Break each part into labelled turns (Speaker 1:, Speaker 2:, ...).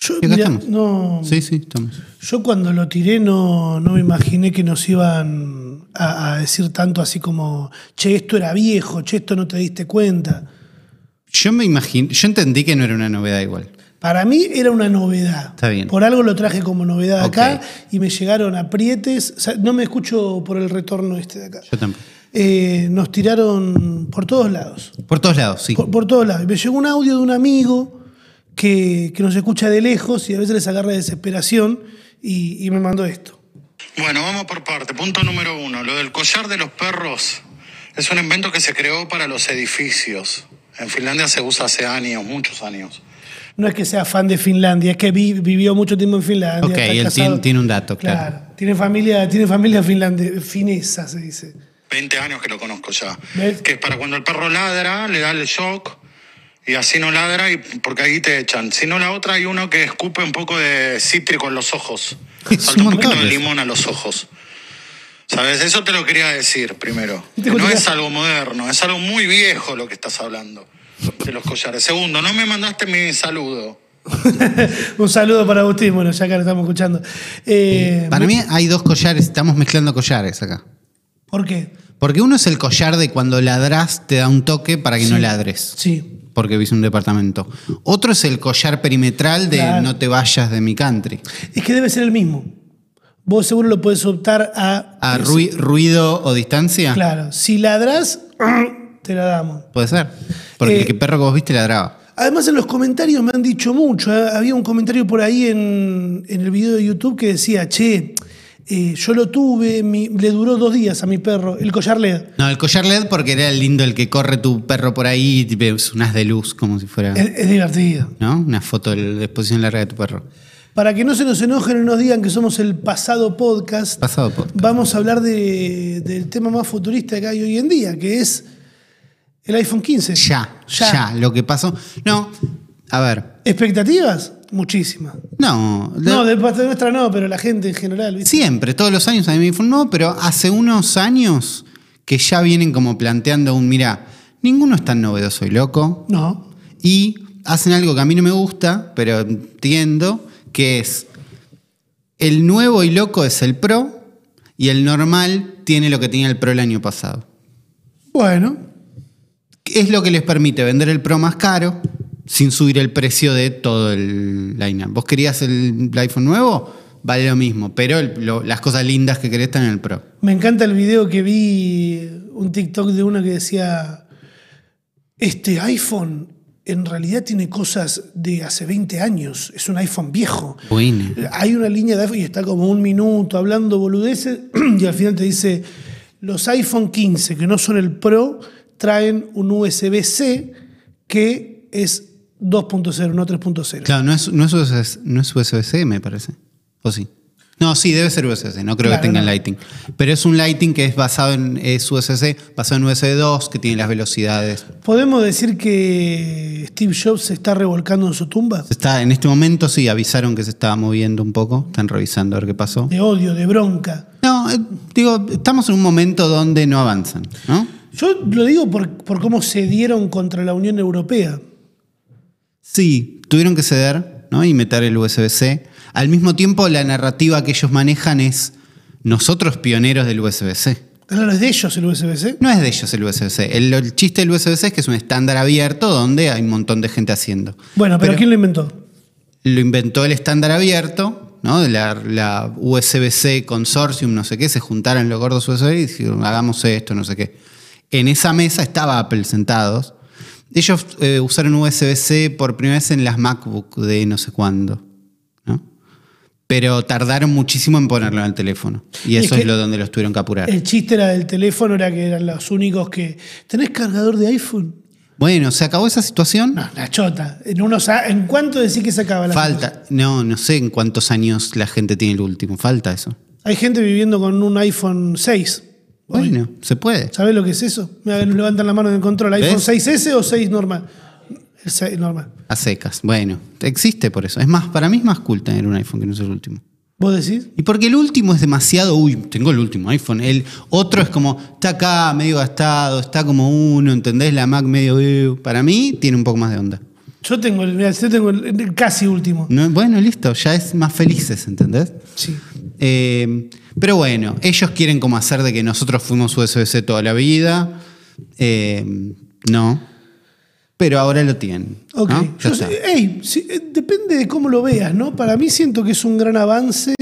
Speaker 1: Yo,
Speaker 2: Y acá
Speaker 1: mirá,
Speaker 2: estamos.
Speaker 1: no,
Speaker 2: Sí, sí, estamos.
Speaker 1: yo cuando lo tiré no, no me imaginé que nos iban a, a decir tanto así como, che, esto era viejo, che, esto no te diste cuenta.
Speaker 2: Yo me imagino, yo entendí que no era una novedad igual.
Speaker 1: Para mí era una novedad.
Speaker 2: Está bien.
Speaker 1: Por algo lo traje como novedad
Speaker 2: Ok.
Speaker 1: acá y me llegaron aprietes. O sea, no me escucho por el retorno este de acá.
Speaker 2: Yo tampoco.
Speaker 1: Eh, nos tiraron por todos lados.
Speaker 2: Por todos lados, sí.
Speaker 1: Por, por todos lados. Y Me llegó un audio de un amigo que, que nos escucha de lejos y a veces les agarra desesperación y, y me mandó esto.
Speaker 3: Bueno, vamos por parte. Punto número uno. Lo del collar de los perros es un invento que se creó para los edificios. En Finlandia se usa hace años, muchos años.
Speaker 1: No es que sea fan de Finlandia, es que vi- vivió mucho tiempo en Finlandia.
Speaker 2: Ok,
Speaker 1: está
Speaker 2: él
Speaker 1: casado.
Speaker 2: tiene- tiene un dato, claro.
Speaker 1: Tiene familia, tiene familia finlandesa, finesa, se dice.
Speaker 3: 20 años que lo conozco ya.
Speaker 1: ¿Ves?
Speaker 3: Que es para cuando el perro ladra, le da el shock y así no ladra y porque ahí te echan. Si no, la otra hay uno que escupe un poco de cítrico en los ojos.
Speaker 2: Es
Speaker 3: Salta
Speaker 2: un
Speaker 3: un poquito
Speaker 2: montón
Speaker 3: de
Speaker 2: eso.
Speaker 3: limón a los ojos. ¿Sabes? Eso te lo quería decir primero.
Speaker 1: Te
Speaker 3: Que No
Speaker 1: escuché.
Speaker 3: es algo moderno, es algo muy viejo lo que estás hablando de los collares. Segundo, no me mandaste mi saludo.
Speaker 1: Un saludo para Agustín, bueno, ya que lo estamos escuchando. Eh,
Speaker 2: Para mí hay dos collares, estamos mezclando collares acá.
Speaker 1: ¿Por qué?
Speaker 2: Porque uno es el collar de cuando ladrás te da un toque para que no ladres,
Speaker 1: Sí.
Speaker 2: porque viste un departamento. Otro es el collar perimetral de
Speaker 1: Claro.
Speaker 2: no te vayas de mi country.
Speaker 1: Es que debe ser el mismo. Vos seguro lo puedes optar a.
Speaker 2: ¿A rui- ruido o distancia?
Speaker 1: Claro, si ladras, te la damos.
Speaker 2: Puede ser. Porque
Speaker 1: Eh,
Speaker 2: el que perro que vos viste ladraba.
Speaker 1: Además, en los comentarios me han dicho mucho. ¿eh? Había un comentario por ahí en, en el video de YouTube que decía, che, eh, yo lo tuve, mi- le duró dos días a mi perro, el collar LED.
Speaker 2: No, el collar LED porque era lindo el que corre tu perro por ahí y ves unas de luz como si fuera,
Speaker 1: Es, es divertido.
Speaker 2: ¿no? Una foto de la exposición larga de tu perro.
Speaker 1: Para que no se nos enojen y nos digan que somos el pasado podcast,
Speaker 2: Pasado por.
Speaker 1: vamos a hablar de- del tema más futurista que hay hoy en día, que es el iPhone 15.
Speaker 2: Ya, ya, lo que pasó. No, a ver.
Speaker 1: ¿Expectativas? Muchísimas.
Speaker 2: No, de-
Speaker 1: No, de parte nuestra no, pero la gente en general. ¿viste?
Speaker 2: siempre, todos los años a mí me dijeron no, pero hace unos años que ya vienen como planteando un, mira, ninguno es tan novedoso y loco.
Speaker 1: No.
Speaker 2: Y hacen algo que a mí no me gusta, pero entiendo, que es el nuevo y loco es el pro y el normal tiene lo que tenía el pro el año pasado.
Speaker 1: Bueno,
Speaker 2: Es lo que les permite vender el pro más caro sin subir el precio de todo el lineup. ¿Vos querías el iPhone nuevo? Vale lo mismo, pero el- lo- las cosas lindas que querés están en el pro.
Speaker 1: Me encanta el video que vi, un TikTok de uno que decía, este iPhone en realidad tiene cosas de hace 20 años, es un iPhone viejo.
Speaker 2: Bueno.
Speaker 1: Hay una línea de iPhone y está como un minuto hablando boludeces y al final te dice, los iPhone 15 que no son el Pro traen un USB-C que es 2.0, no 3.0.
Speaker 2: Claro, no es, no es USB-C, no es USB-C, me parece. ¿O sí? No, sí, debe ser USB-C, no creo
Speaker 1: Claro,
Speaker 2: que tenga
Speaker 1: no.
Speaker 2: Lighting. Pero es un Lighting que es basado en es USB-C, basado en USB 2, que tiene las velocidades.
Speaker 1: ¿Podemos decir que Steve Jobs se está revolcando en su tumba?
Speaker 2: Se está, en este momento sí, avisaron que se estaba moviendo un poco, están revisando a ver qué pasó.
Speaker 1: De odio, de bronca.
Speaker 2: No, eh, digo, estamos en un momento donde no avanzan, ¿no?
Speaker 1: Yo lo digo por, por cómo se dieron contra la Unión Europea.
Speaker 2: Sí, tuvieron que ceder ¿no? y meter el USB-C. Al mismo tiempo, la narrativa que ellos manejan es nosotros pioneros del USB-C.
Speaker 1: Claro, es de ellos el USB-C.
Speaker 2: No es de ellos el USB-C. El, el chiste del USB-C es que es un estándar abierto donde hay un montón de gente haciendo.
Speaker 1: Bueno, pero, ¿quién lo inventó?
Speaker 2: Lo inventó el estándar abierto, ¿no? De la, la USB-C Consortium, no sé qué, se juntaron los gordos USB y dijeron, hagamos esto, no sé qué. En esa mesa estaba Apple sentados. Ellos eh, usaron USB-C por primera vez en las MacBook de no sé cuándo, ¿no? Pero tardaron muchísimo en ponerlo en el teléfono. Y
Speaker 1: Y es
Speaker 2: eso es,
Speaker 1: que-
Speaker 2: lo donde los tuvieron que apurar.
Speaker 1: El chiste era del teléfono, era que eran los únicos que. ¿Tenés cargador de iPhone?
Speaker 2: Bueno, ¿se acabó esa situación?
Speaker 1: No, la chota. En, unos, a- ¿En cuánto decís que se acaba la cosa?
Speaker 2: Falta, no, no sé en cuántos años la gente tiene el último, falta eso.
Speaker 1: Hay gente viviendo con un iPhone 6.
Speaker 2: Bueno, se puede.
Speaker 1: ¿Sabés lo que es eso? Mira, levantan la mano en el control. ¿iPhone
Speaker 2: ¿Ves?
Speaker 1: 6S o 6 normal? El 6 normal.
Speaker 2: A secas, bueno, existe por eso. Es más, para mí es más cool tener un iPhone que no es el último.
Speaker 1: ¿Vos decís?
Speaker 2: Y porque el último es demasiado, uy, tengo el último iPhone. El otro es como, está uh. acá, medio gastado, está como uno, ¿entendés? La Mac medio, "Eh". para mí tiene un poco más de onda.
Speaker 1: Yo tengo el, mirá, yo tengo el- el casi último.
Speaker 2: No, bueno, listo, ya es más felices, ¿entendés?
Speaker 1: Sí.
Speaker 2: Eh, pero bueno, ellos quieren como hacer de que nosotros fuimos USBC toda la vida. Eh, no. Pero ahora lo tienen. ¿no?
Speaker 1: Ok.
Speaker 2: Ya
Speaker 1: Yo
Speaker 2: está.
Speaker 1: sé- ey, sí, eh, depende de cómo lo veas, ¿no? Para mí siento que es un gran avance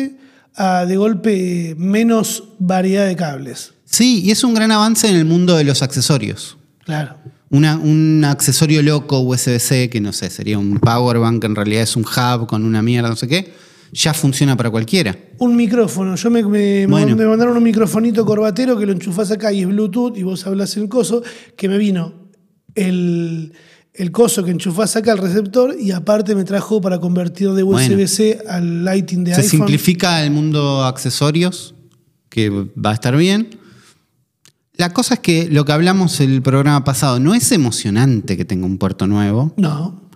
Speaker 1: a, de golpe, menos variedad de cables.
Speaker 2: Sí, y es un gran avance en el mundo de los accesorios.
Speaker 1: Claro.
Speaker 2: Una- un accesorio loco USB-C, que no sé, sería un power bank, que en realidad es un hub con una mierda, no sé qué, ya funciona para cualquiera.
Speaker 1: Un micrófono. Yo me, me-
Speaker 2: Bueno.
Speaker 1: me mandaron un microfonito corbatero que lo enchufás acá y es Bluetooth y vos hablas el coso, que me vino el, el coso que enchufás acá al receptor y aparte me trajo para convertir de
Speaker 2: Bueno.
Speaker 1: USB-C al lighting de
Speaker 2: Se
Speaker 1: iPhone.
Speaker 2: simplifica el mundo accesorios, que va a estar bien. La cosa es que lo que hablamos el programa pasado, no es emocionante que tenga un puerto nuevo.
Speaker 1: No.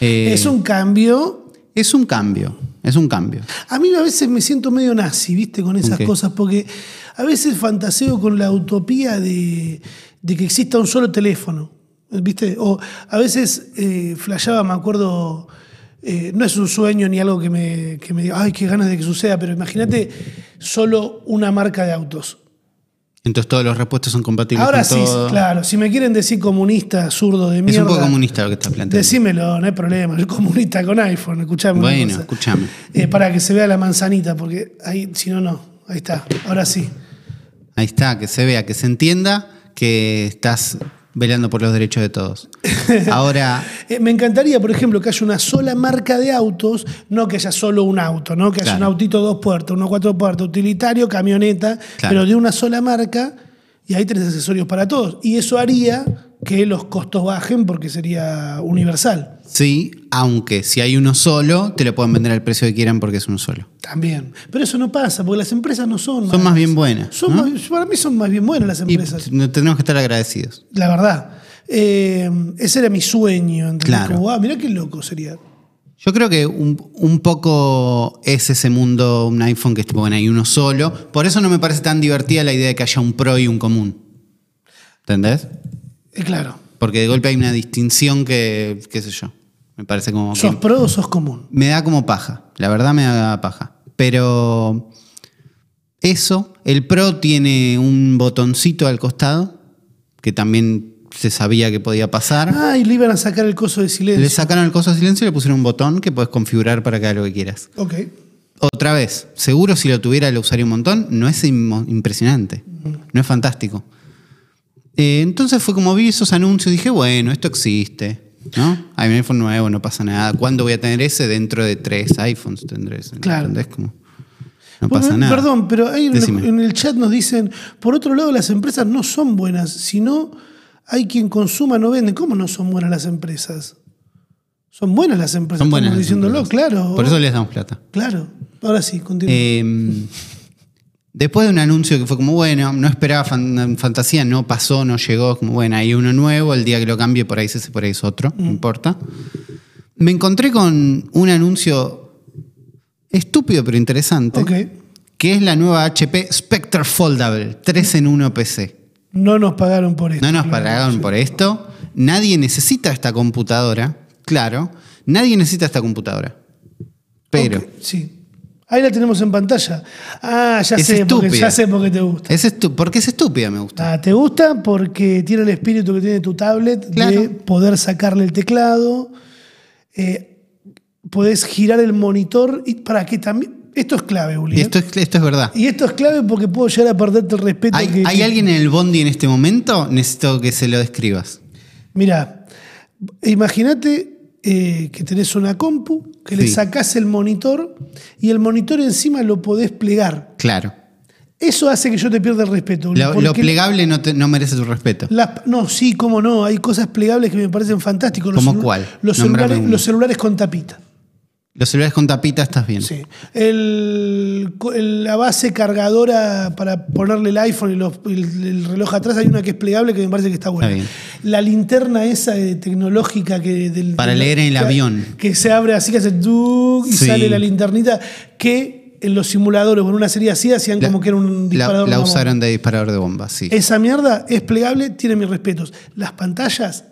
Speaker 2: Eh,
Speaker 1: Es un cambio.
Speaker 2: es un cambio, es un cambio.
Speaker 1: A mí a veces me siento medio nazi, ¿viste? Con esas
Speaker 2: ¿Con qué?
Speaker 1: cosas, porque a veces fantaseo con la utopía de, de que exista un solo teléfono, ¿viste? O a veces eh, flasheaba, me acuerdo, eh, no es un sueño ni algo que me, que me diga, ay, qué ganas de que suceda, pero imagínate solo una marca de autos.
Speaker 2: Entonces todos los repuestos son compatibles
Speaker 1: Ahora
Speaker 2: con
Speaker 1: sí,
Speaker 2: todo.
Speaker 1: claro, si me quieren decir comunista, zurdo de
Speaker 2: Es
Speaker 1: mierda.
Speaker 2: un poco comunista lo que estás planteando.
Speaker 1: Decímelo, no hay problema. Yo comunista con iPhone, escuchame. una
Speaker 2: bueno,
Speaker 1: cosa.
Speaker 2: escúchame.
Speaker 1: Eh, para que se vea la manzanita, porque ahí, si no, no. Ahí está, ahora sí.
Speaker 2: Ahí está, que se vea, que se entienda que estás velando por los derechos de todos. Ahora,
Speaker 1: Eh, me encantaría, por ejemplo, que haya una sola marca de autos, no que haya solo un auto, ¿no? Que haya
Speaker 2: Claro.
Speaker 1: un autito dos puertas, uno cuatro puertas, utilitario, camioneta,
Speaker 2: Claro.
Speaker 1: pero de una sola marca, y ahí tenés accesorios para todos. Y eso haría que los costos bajen porque sería universal
Speaker 2: sí, aunque si hay uno solo, te lo pueden vender al precio que quieran porque es uno solo.
Speaker 1: también. Pero eso no pasa, porque las empresas no son.
Speaker 2: Son más bien buenas.
Speaker 1: son
Speaker 2: ¿no?
Speaker 1: más- para mí son más bien buenas las
Speaker 2: Y
Speaker 1: empresas.
Speaker 2: t- no tenemos que estar agradecidos.
Speaker 1: La verdad. Eh, ese era mi sueño. ¿entendés?
Speaker 2: Claro.
Speaker 1: Como, ah, mirá qué loco sería.
Speaker 2: Yo creo que un, un poco es ese mundo, un iPhone que es tipo, bueno, hay uno solo. Por eso no me parece tan divertida la idea de que haya un pro y un común. ¿Entendés?
Speaker 1: Eh, claro.
Speaker 2: Porque de golpe hay una distinción que, qué sé yo, me parece como... que-
Speaker 1: ¿Sos pro o sos común?
Speaker 2: me da como paja, la verdad me da paja. Pero eso, el Pro tiene un botoncito al costado, que también se sabía que podía pasar.
Speaker 1: Ah, y le iban a sacar el coso de
Speaker 2: Le
Speaker 1: silencio.
Speaker 2: sacaron el coso de silencio y le pusieron un botón que puedes configurar para que haga lo que quieras.
Speaker 1: Ok.
Speaker 2: Otra vez, seguro si lo tuviera lo usaría un montón. No es im- impresionante, no es fantástico. Eh, entonces fue como vi esos anuncios y dije, bueno, esto existe. ¿No? Hay un iPhone nuevo, no pasa nada. ¿Cuándo voy a tener ese? Dentro de tres iPhones tendré ese.
Speaker 1: Claro.
Speaker 2: ¿Entendés? Como, no
Speaker 1: Bueno,
Speaker 2: pasa nada.
Speaker 1: Perdón, pero ahí en,
Speaker 2: Decime.
Speaker 1: en el chat nos dicen, por otro lado, las empresas no son buenas, sino hay quien consuma, no vende. ¿Cómo no son buenas las empresas? Son buenas las empresas.
Speaker 2: Son
Speaker 1: estamos
Speaker 2: buenas. las
Speaker 1: Diciéndolo,
Speaker 2: empresas.
Speaker 1: claro.
Speaker 2: Por eso les damos plata.
Speaker 1: Claro. Ahora sí, continúa.
Speaker 2: Eh, después de un anuncio que fue como, bueno, no esperaba fan- fantasía, no pasó, no llegó, como, bueno, hay uno nuevo, el día que lo cambie por ahí es ese, por ahí es otro,
Speaker 1: Mm.
Speaker 2: no importa. Me encontré con un anuncio estúpido pero interesante,
Speaker 1: ok.
Speaker 2: que es la nueva HP Spectre Foldable 3 en 1 PC.
Speaker 1: No nos pagaron por esto.
Speaker 2: No nos
Speaker 1: claro.
Speaker 2: pagaron por esto, nadie necesita esta computadora, claro, nadie necesita esta computadora. Pero...
Speaker 1: Ok, sí. Ahí la tenemos en pantalla. Ah, ya
Speaker 2: Es
Speaker 1: sé, porque,
Speaker 2: estúpida.
Speaker 1: ya sé por qué te gusta.
Speaker 2: Es estu- porque es estúpida, me gusta.
Speaker 1: Ah, te gusta porque tiene el espíritu que tiene tu tablet de
Speaker 2: Claro.
Speaker 1: poder sacarle el teclado. eh, podés girar el monitor y para que también. Esto es clave, Uli.
Speaker 2: Y
Speaker 1: ¿eh?
Speaker 2: esto es, esto es verdad.
Speaker 1: Y esto es clave porque puedo llegar a perderte el respeto.
Speaker 2: ¿Hay,
Speaker 1: que,
Speaker 2: hay alguien en el Bondi en este momento? Necesito que se lo describas.
Speaker 1: Mira, imagínate eh, que tenés una compu, que le
Speaker 2: Sí.
Speaker 1: sacás el monitor y el monitor encima lo podés plegar.
Speaker 2: Claro.
Speaker 1: Eso hace que yo te pierda el respeto. Uli,
Speaker 2: Lo, lo
Speaker 1: porque
Speaker 2: plegable no, te- no merece tu respeto.
Speaker 1: las- no, sí, cómo no. Hay cosas plegables que me parecen fantásticos. Los
Speaker 2: ¿Cómo
Speaker 1: celu-
Speaker 2: cuál?
Speaker 1: Los
Speaker 2: Nómbrame
Speaker 1: celulares,
Speaker 2: uno.
Speaker 1: los celulares con tapita.
Speaker 2: Los celulares con tapita estás bien.
Speaker 1: Sí. El, co- el- la base cargadora para ponerle el iPhone y, los- y el, el reloj atrás, hay una que es plegable que me parece que está buena.
Speaker 2: Está bien.
Speaker 1: La linterna esa eh, tecnológica que del,
Speaker 2: Para
Speaker 1: del-
Speaker 2: leer en el
Speaker 1: que-
Speaker 2: avión.
Speaker 1: Que se abre así, que hace tuc y
Speaker 2: Sí.
Speaker 1: sale la linternita, que en los simuladores, con una serie así, hacían
Speaker 2: La-
Speaker 1: como que era un
Speaker 2: La,
Speaker 1: disparador.
Speaker 2: la
Speaker 1: de una bomba.
Speaker 2: usaron de disparador de bombas, sí.
Speaker 1: Esa mierda es plegable, tiene mis respetos. Las pantallas,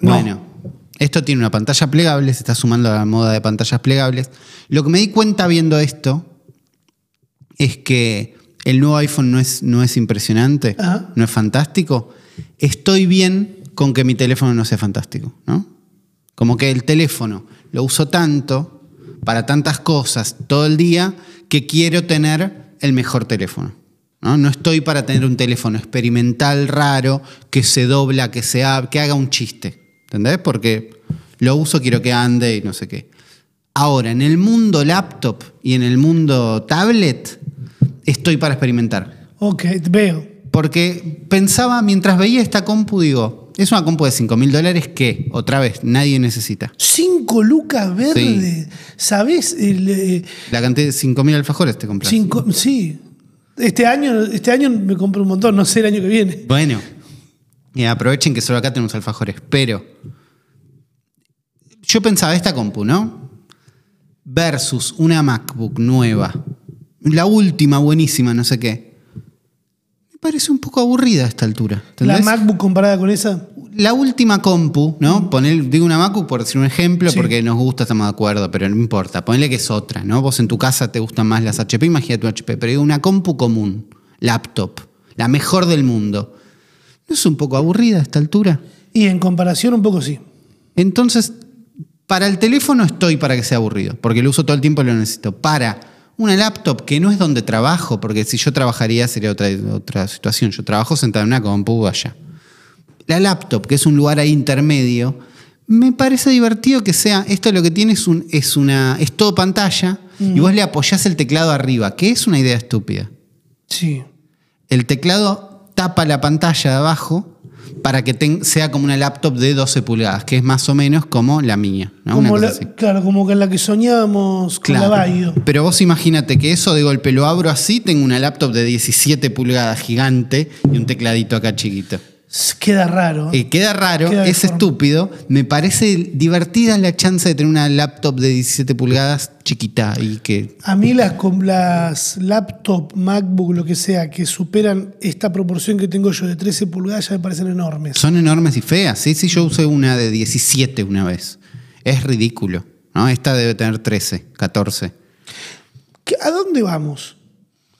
Speaker 1: no.
Speaker 2: Bueno, Esto tiene una pantalla plegable, se está sumando a la moda de pantallas plegables. Lo que me di cuenta viendo esto es que el nuevo iPhone no es, no es impresionante,
Speaker 1: Ajá.
Speaker 2: no es fantástico. Estoy bien con que mi teléfono no sea fantástico, ¿no? Como que el teléfono lo uso tanto, para tantas cosas, todo el día, que quiero tener el mejor teléfono. ¿no? no estoy para tener un teléfono experimental, raro, que se dobla, que se ab- que haga un chiste. ¿Entendés? Porque lo uso, quiero que ande y no sé qué. Ahora, en el mundo laptop y en el mundo tablet, estoy para experimentar.
Speaker 1: Ok, veo.
Speaker 2: Porque pensaba, mientras veía esta compu, digo, es una compu de 5 mil dólares que, otra vez, nadie necesita.
Speaker 1: Cinco lucas verdes. ¿Sabés? El, eh,
Speaker 2: La cantidad de 5 mil alfajores te compras.
Speaker 1: cinco- sí. Este año, este año me compré un montón, no sé el año que viene.
Speaker 2: Bueno, eh, aprovechen que solo acá tenemos alfajores, pero yo pensaba esta compu, ¿no? Versus una MacBook nueva, la última, buenísima, no sé qué. Me parece un poco aburrida a esta altura.
Speaker 1: La
Speaker 2: ¿entendés?
Speaker 1: MacBook comparada con esa.
Speaker 2: la última compu, ¿no? Poner, digo una Macu por decir un ejemplo,
Speaker 1: Sí.
Speaker 2: porque nos gusta, estamos de acuerdo, pero no importa. Ponle que es otra, ¿no? Vos en tu casa te gustan más las HP, imagínate una HP, pero digo una compu común, laptop, la mejor del mundo. ¿No es un poco aburrida a esta altura?
Speaker 1: Y en comparación un poco sí.
Speaker 2: Entonces, para el teléfono estoy para que sea aburrido, porque lo uso todo el tiempo y lo necesito. Para una laptop que no es donde trabajo, porque si yo trabajaría sería otra, otra situación. Yo trabajo sentado en una compu allá. La laptop, que es un lugar ahí intermedio, me parece divertido que sea. Esto lo que tiene es, un, es una. es todo pantalla y vos le apoyás el teclado arriba, que es una idea estúpida.
Speaker 1: Sí.
Speaker 2: El teclado tapa la pantalla de abajo para que ten- sea como una laptop de 12 pulgadas, que es más o menos como la mía. ¿no? Una
Speaker 1: Como
Speaker 2: cosa
Speaker 1: la-
Speaker 2: así.
Speaker 1: claro, como que en la que soñábamos con la Bayo.
Speaker 2: Pero vos imagínate que eso de golpe lo abro así, tengo una laptop de 17 pulgadas gigante y un tecladito acá chiquito.
Speaker 1: S- Queda raro.
Speaker 2: Eh, queda raro,
Speaker 1: Queda
Speaker 2: es
Speaker 1: deforme.
Speaker 2: estúpido. Me parece divertida la chance de tener una laptop de 17 pulgadas chiquita y que
Speaker 1: A mí las, com- las laptop, MacBook, lo que sea, que superan esta proporción que tengo yo de 13 pulgadas ya me parecen enormes.
Speaker 2: Son enormes y feas. Sí, sí, yo usé una de 17 una vez. Es ridículo. ¿no? Esta debe tener 13, 14.
Speaker 1: ¿Qué- ¿A dónde vamos?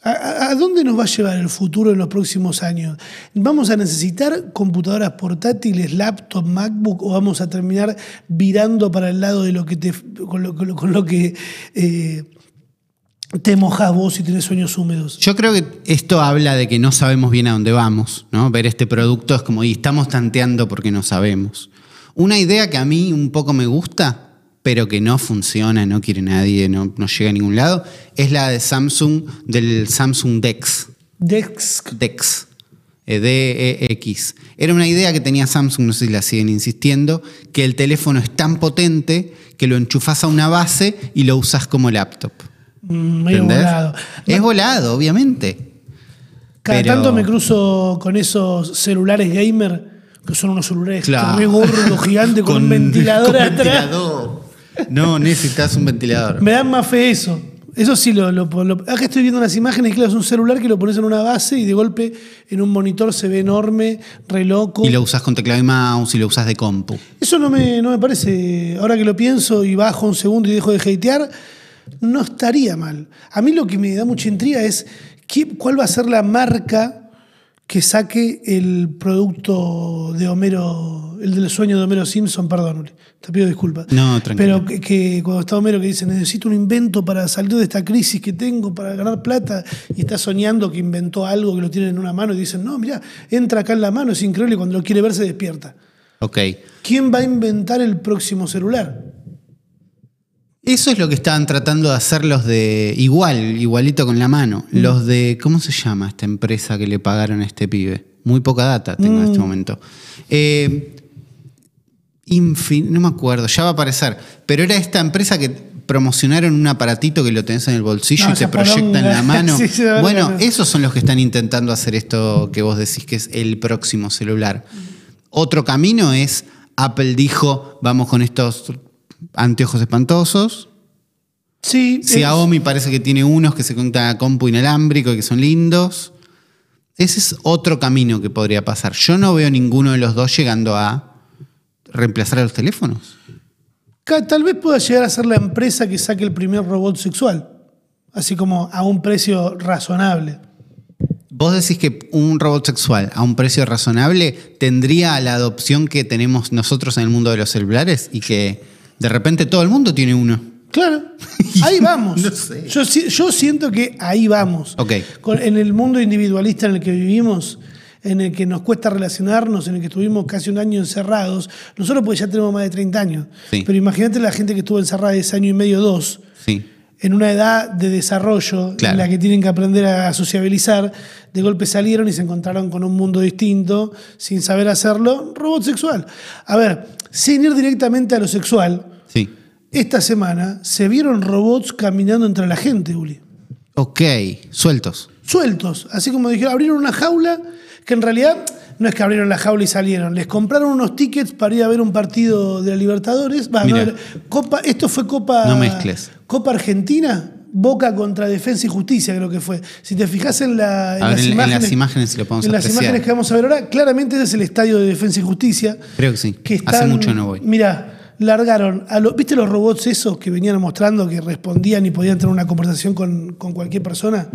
Speaker 1: ¿A, a- a dónde nos va a llevar el futuro en los próximos años? ¿Vamos a necesitar computadoras portátiles, laptop, MacBook o vamos a terminar virando para el lado de lo que te, con lo, con lo- con lo que eh, te mojas vos y tenés sueños húmedos?
Speaker 2: Yo creo que esto habla de que no sabemos bien a dónde vamos. ¿no? Ver este producto es como, y estamos tanteando porque no sabemos. Una idea que a mí un poco me gusta, pero que no funciona, no quiere nadie, no, no llega a ningún lado, es la de Samsung, del Samsung Dex.
Speaker 1: Desk.
Speaker 2: DEX. eh, D-E-X. Era una idea que tenía Samsung, no sé si la siguen insistiendo, que el teléfono es tan potente que lo enchufas a una base y lo usas como laptop.
Speaker 1: mm, Medio
Speaker 2: ¿Entendés?
Speaker 1: volado.
Speaker 2: Es volado, obviamente.
Speaker 1: Cada
Speaker 2: pero-
Speaker 1: tanto me cruzo con esos celulares gamer, que son unos celulares
Speaker 2: Claro.
Speaker 1: re gordos, gigantes, con, un ventilador
Speaker 2: con
Speaker 1: atrás.
Speaker 2: ventilador. No, necesitas un ventilador.
Speaker 1: Me dan más fe eso. Eso sí lo, lo, lo- Acá estoy viendo unas imágenes, claro, es un celular que lo pones en una base y de golpe en un monitor se ve enorme, re loco.
Speaker 2: Y lo usas con teclado y mouse y lo usas de compu.
Speaker 1: Eso no me, no me parece. Ahora que lo pienso y bajo un segundo y dejo de hatear, no estaría mal. A mí lo que me da mucha intriga es qué- cuál va a ser la marca que saque el producto de Homero, el del sueño de Homero Simpson, perdón, Uli, te pido disculpas.
Speaker 2: No, tranquilo.
Speaker 1: Pero que, que cuando está Homero que dice, necesito un invento para salir de esta crisis que tengo, para ganar plata, y está soñando que inventó algo que lo tienen en una mano y dicen, no, mira, entra acá en la mano, es increíble, cuando lo quiere ver se despierta.
Speaker 2: Ok.
Speaker 1: ¿Quién va a inventar el próximo celular?
Speaker 2: Eso es lo que estaban tratando de hacer los de igual, igualito con la mano.
Speaker 1: Mm.
Speaker 2: Los de, ¿cómo se llama esta empresa que le pagaron a este pibe? Muy poca data tengo
Speaker 1: Mm.
Speaker 2: en este momento. Eh, infin- no me acuerdo, ya va a aparecer. Pero era esta empresa que promocionaron un aparatito que lo tenés en el bolsillo
Speaker 1: No,
Speaker 2: y te
Speaker 1: esa
Speaker 2: proyecta en
Speaker 1: poronga.
Speaker 2: la mano.
Speaker 1: Sí, sí, la verdad
Speaker 2: bueno,
Speaker 1: que no.
Speaker 2: esos son los que están intentando hacer esto que vos decís que es el próximo celular. Otro camino es, Apple dijo, vamos con estos anteojos espantosos.
Speaker 1: Sí, es-
Speaker 2: Xiaomi parece que tiene unos que se conectan a compu inalámbrico y que son lindos. Ese es otro camino que podría pasar. Yo no veo ninguno de los dos llegando a reemplazar a los teléfonos.
Speaker 1: Ca- Tal vez pueda llegar a ser la empresa que saque el primer robot sexual, así como a un precio razonable.
Speaker 2: ¿Vos decís que un robot sexual a un precio razonable tendría la adopción que tenemos nosotros en el mundo de los celulares y que de repente todo el mundo tiene uno?
Speaker 1: Claro, ahí vamos.
Speaker 2: No sé.
Speaker 1: yo, si- yo siento que ahí vamos.
Speaker 2: Ok.
Speaker 1: Con- en el mundo individualista en el que vivimos, en el que nos cuesta relacionarnos, en el que estuvimos casi un año encerrados, nosotros porque ya tenemos más de 30 años,
Speaker 2: Sí.
Speaker 1: pero imagínate la gente que estuvo encerrada ese año y medio, dos,
Speaker 2: Sí.
Speaker 1: en una edad de desarrollo
Speaker 2: Claro.
Speaker 1: en la que tienen que aprender a sociabilizar, de golpe salieron y se encontraron con un mundo distinto, sin saber hacerlo, robot sexual. A ver, sin ir directamente a lo sexual,
Speaker 2: Sí.
Speaker 1: esta semana se vieron robots caminando entre la gente, Uli.
Speaker 2: Ok, sueltos.
Speaker 1: Sueltos. Así como dijeron, abrieron una jaula que en realidad no es que abrieron la jaula y salieron. Les compraron unos tickets para ir a ver un partido de la Libertadores. Va, no,
Speaker 2: Mirá.
Speaker 1: era- Copa, esto fue Copa.
Speaker 2: No mezcles.
Speaker 1: Copa Argentina. Boca contra Defensa y Justicia, creo que fue. Si te fijas en, la- en
Speaker 2: A ver,
Speaker 1: las,
Speaker 2: en- en
Speaker 1: imágenes,
Speaker 2: las imágenes si lo podemos
Speaker 1: en las
Speaker 2: apreciar.
Speaker 1: imágenes que vamos a ver ahora, claramente ese es el estadio de Defensa y Justicia.
Speaker 2: Creo que sí.
Speaker 1: que
Speaker 2: Hace
Speaker 1: están-
Speaker 2: mucho no voy.
Speaker 1: Mirá, largaron. A los ¿Viste los robots esos que venían mostrando que respondían y podían tener una conversación con, con cualquier persona?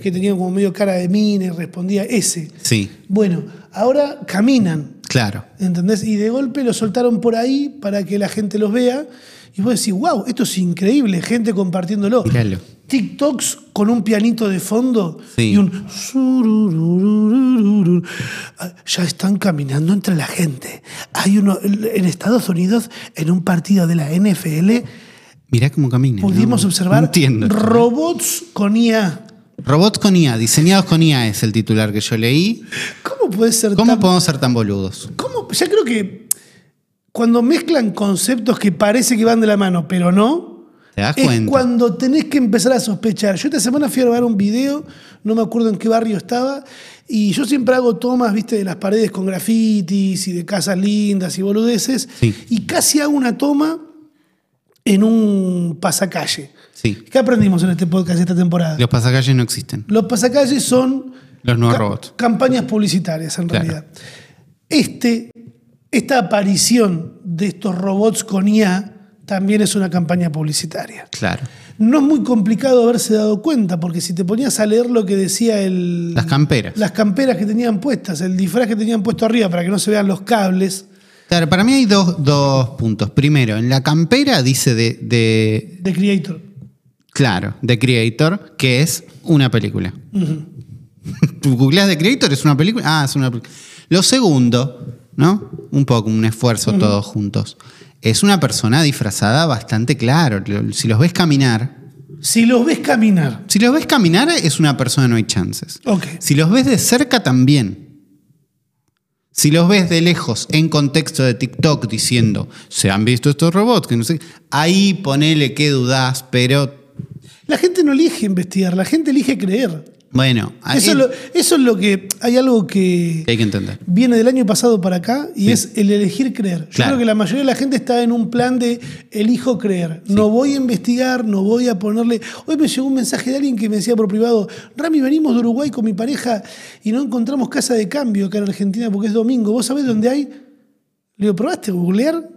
Speaker 1: Que tenían como medio cara de mina y respondía ese.
Speaker 2: Sí,
Speaker 1: Bueno, ahora caminan,
Speaker 2: claro.
Speaker 1: ¿entendés? Y de golpe los soltaron por ahí para que la gente los vea. Y vos decís, wow, esto es increíble, gente compartiéndolo.
Speaker 2: Míralo.
Speaker 1: TikToks con un pianito de fondo
Speaker 2: Sí.
Speaker 1: y un sururururururu. Ah, ya están caminando entre la gente. Hay uno en Estados Unidos en un partido de la NFL
Speaker 2: Mirá cómo camina.
Speaker 1: pudimos
Speaker 2: no-
Speaker 1: observar
Speaker 2: no entiendo. ¿eh?
Speaker 1: robots con IA.
Speaker 2: Robots con IA, diseñados con IA es el titular que yo leí.
Speaker 1: ¿Cómo puede ser
Speaker 2: ¿Cómo
Speaker 1: tan-
Speaker 2: podemos ser tan boludos?
Speaker 1: cómo- Ya creo que cuando mezclan conceptos que parece que van de la mano, pero no,
Speaker 2: ¿Te das
Speaker 1: es
Speaker 2: cuenta?
Speaker 1: cuando tenés que empezar a sospechar. Yo esta semana fui a grabar un video, no me acuerdo en qué barrio estaba, y yo siempre hago tomas, viste, de las paredes con grafitis y de casas lindas y boludeces,
Speaker 2: Sí.
Speaker 1: y casi hago una toma en un pasacalle.
Speaker 2: Sí.
Speaker 1: ¿Qué aprendimos en este podcast esta temporada?
Speaker 2: Los pasacalles no existen.
Speaker 1: Los pasacalles son
Speaker 2: Los nuevos
Speaker 1: ca-
Speaker 2: robots.
Speaker 1: campañas publicitarias, en
Speaker 2: Claro.
Speaker 1: realidad. Este, esta aparición de estos robots con IA también es una campaña publicitaria.
Speaker 2: Claro.
Speaker 1: No es muy complicado haberse dado cuenta, porque si te ponías a leer lo que decía el.
Speaker 2: Las camperas.
Speaker 1: Las camperas que tenían puestas, el disfraz que tenían puesto arriba para que no se vean los cables
Speaker 2: Claro, para mí hay dos, dos puntos. Primero, en la campera dice de, de-
Speaker 1: de Creator.
Speaker 2: Claro, The Creator, que es una película. Tú googleás The Creator, es una película. Ah, es una película. Lo segundo, ¿no? Un poco, un esfuerzo todos juntos. Es una persona disfrazada bastante claro. Lo- Si los ves caminar,
Speaker 1: Si los ves caminar.
Speaker 2: si los ves caminar, es una persona, no hay chances.
Speaker 1: Ok.
Speaker 2: Si los ves de cerca, también. Si los ves de lejos, en contexto de TikTok, diciendo, se han visto estos robots, que no sé. qué", Ahí ponele que dudás, pero
Speaker 1: La gente no elige investigar, la gente elige creer.
Speaker 2: bueno.
Speaker 1: Eso,
Speaker 2: ahí-
Speaker 1: es lo, eso es lo que. Hay algo que.
Speaker 2: que hay que entender.
Speaker 1: viene del año pasado para acá y
Speaker 2: Sí.
Speaker 1: es el elegir creer. Yo
Speaker 2: Claro.
Speaker 1: creo que la mayoría de la gente está en un plan de elijo creer. No voy a investigar, no voy a ponerle. Hoy me llegó un mensaje de alguien que me decía por privado: Rami, venimos de Uruguay con mi pareja y no encontramos casa de cambio acá en Argentina porque es domingo. ¿Vos sabés dónde hay? Le digo, ¿probaste googlear?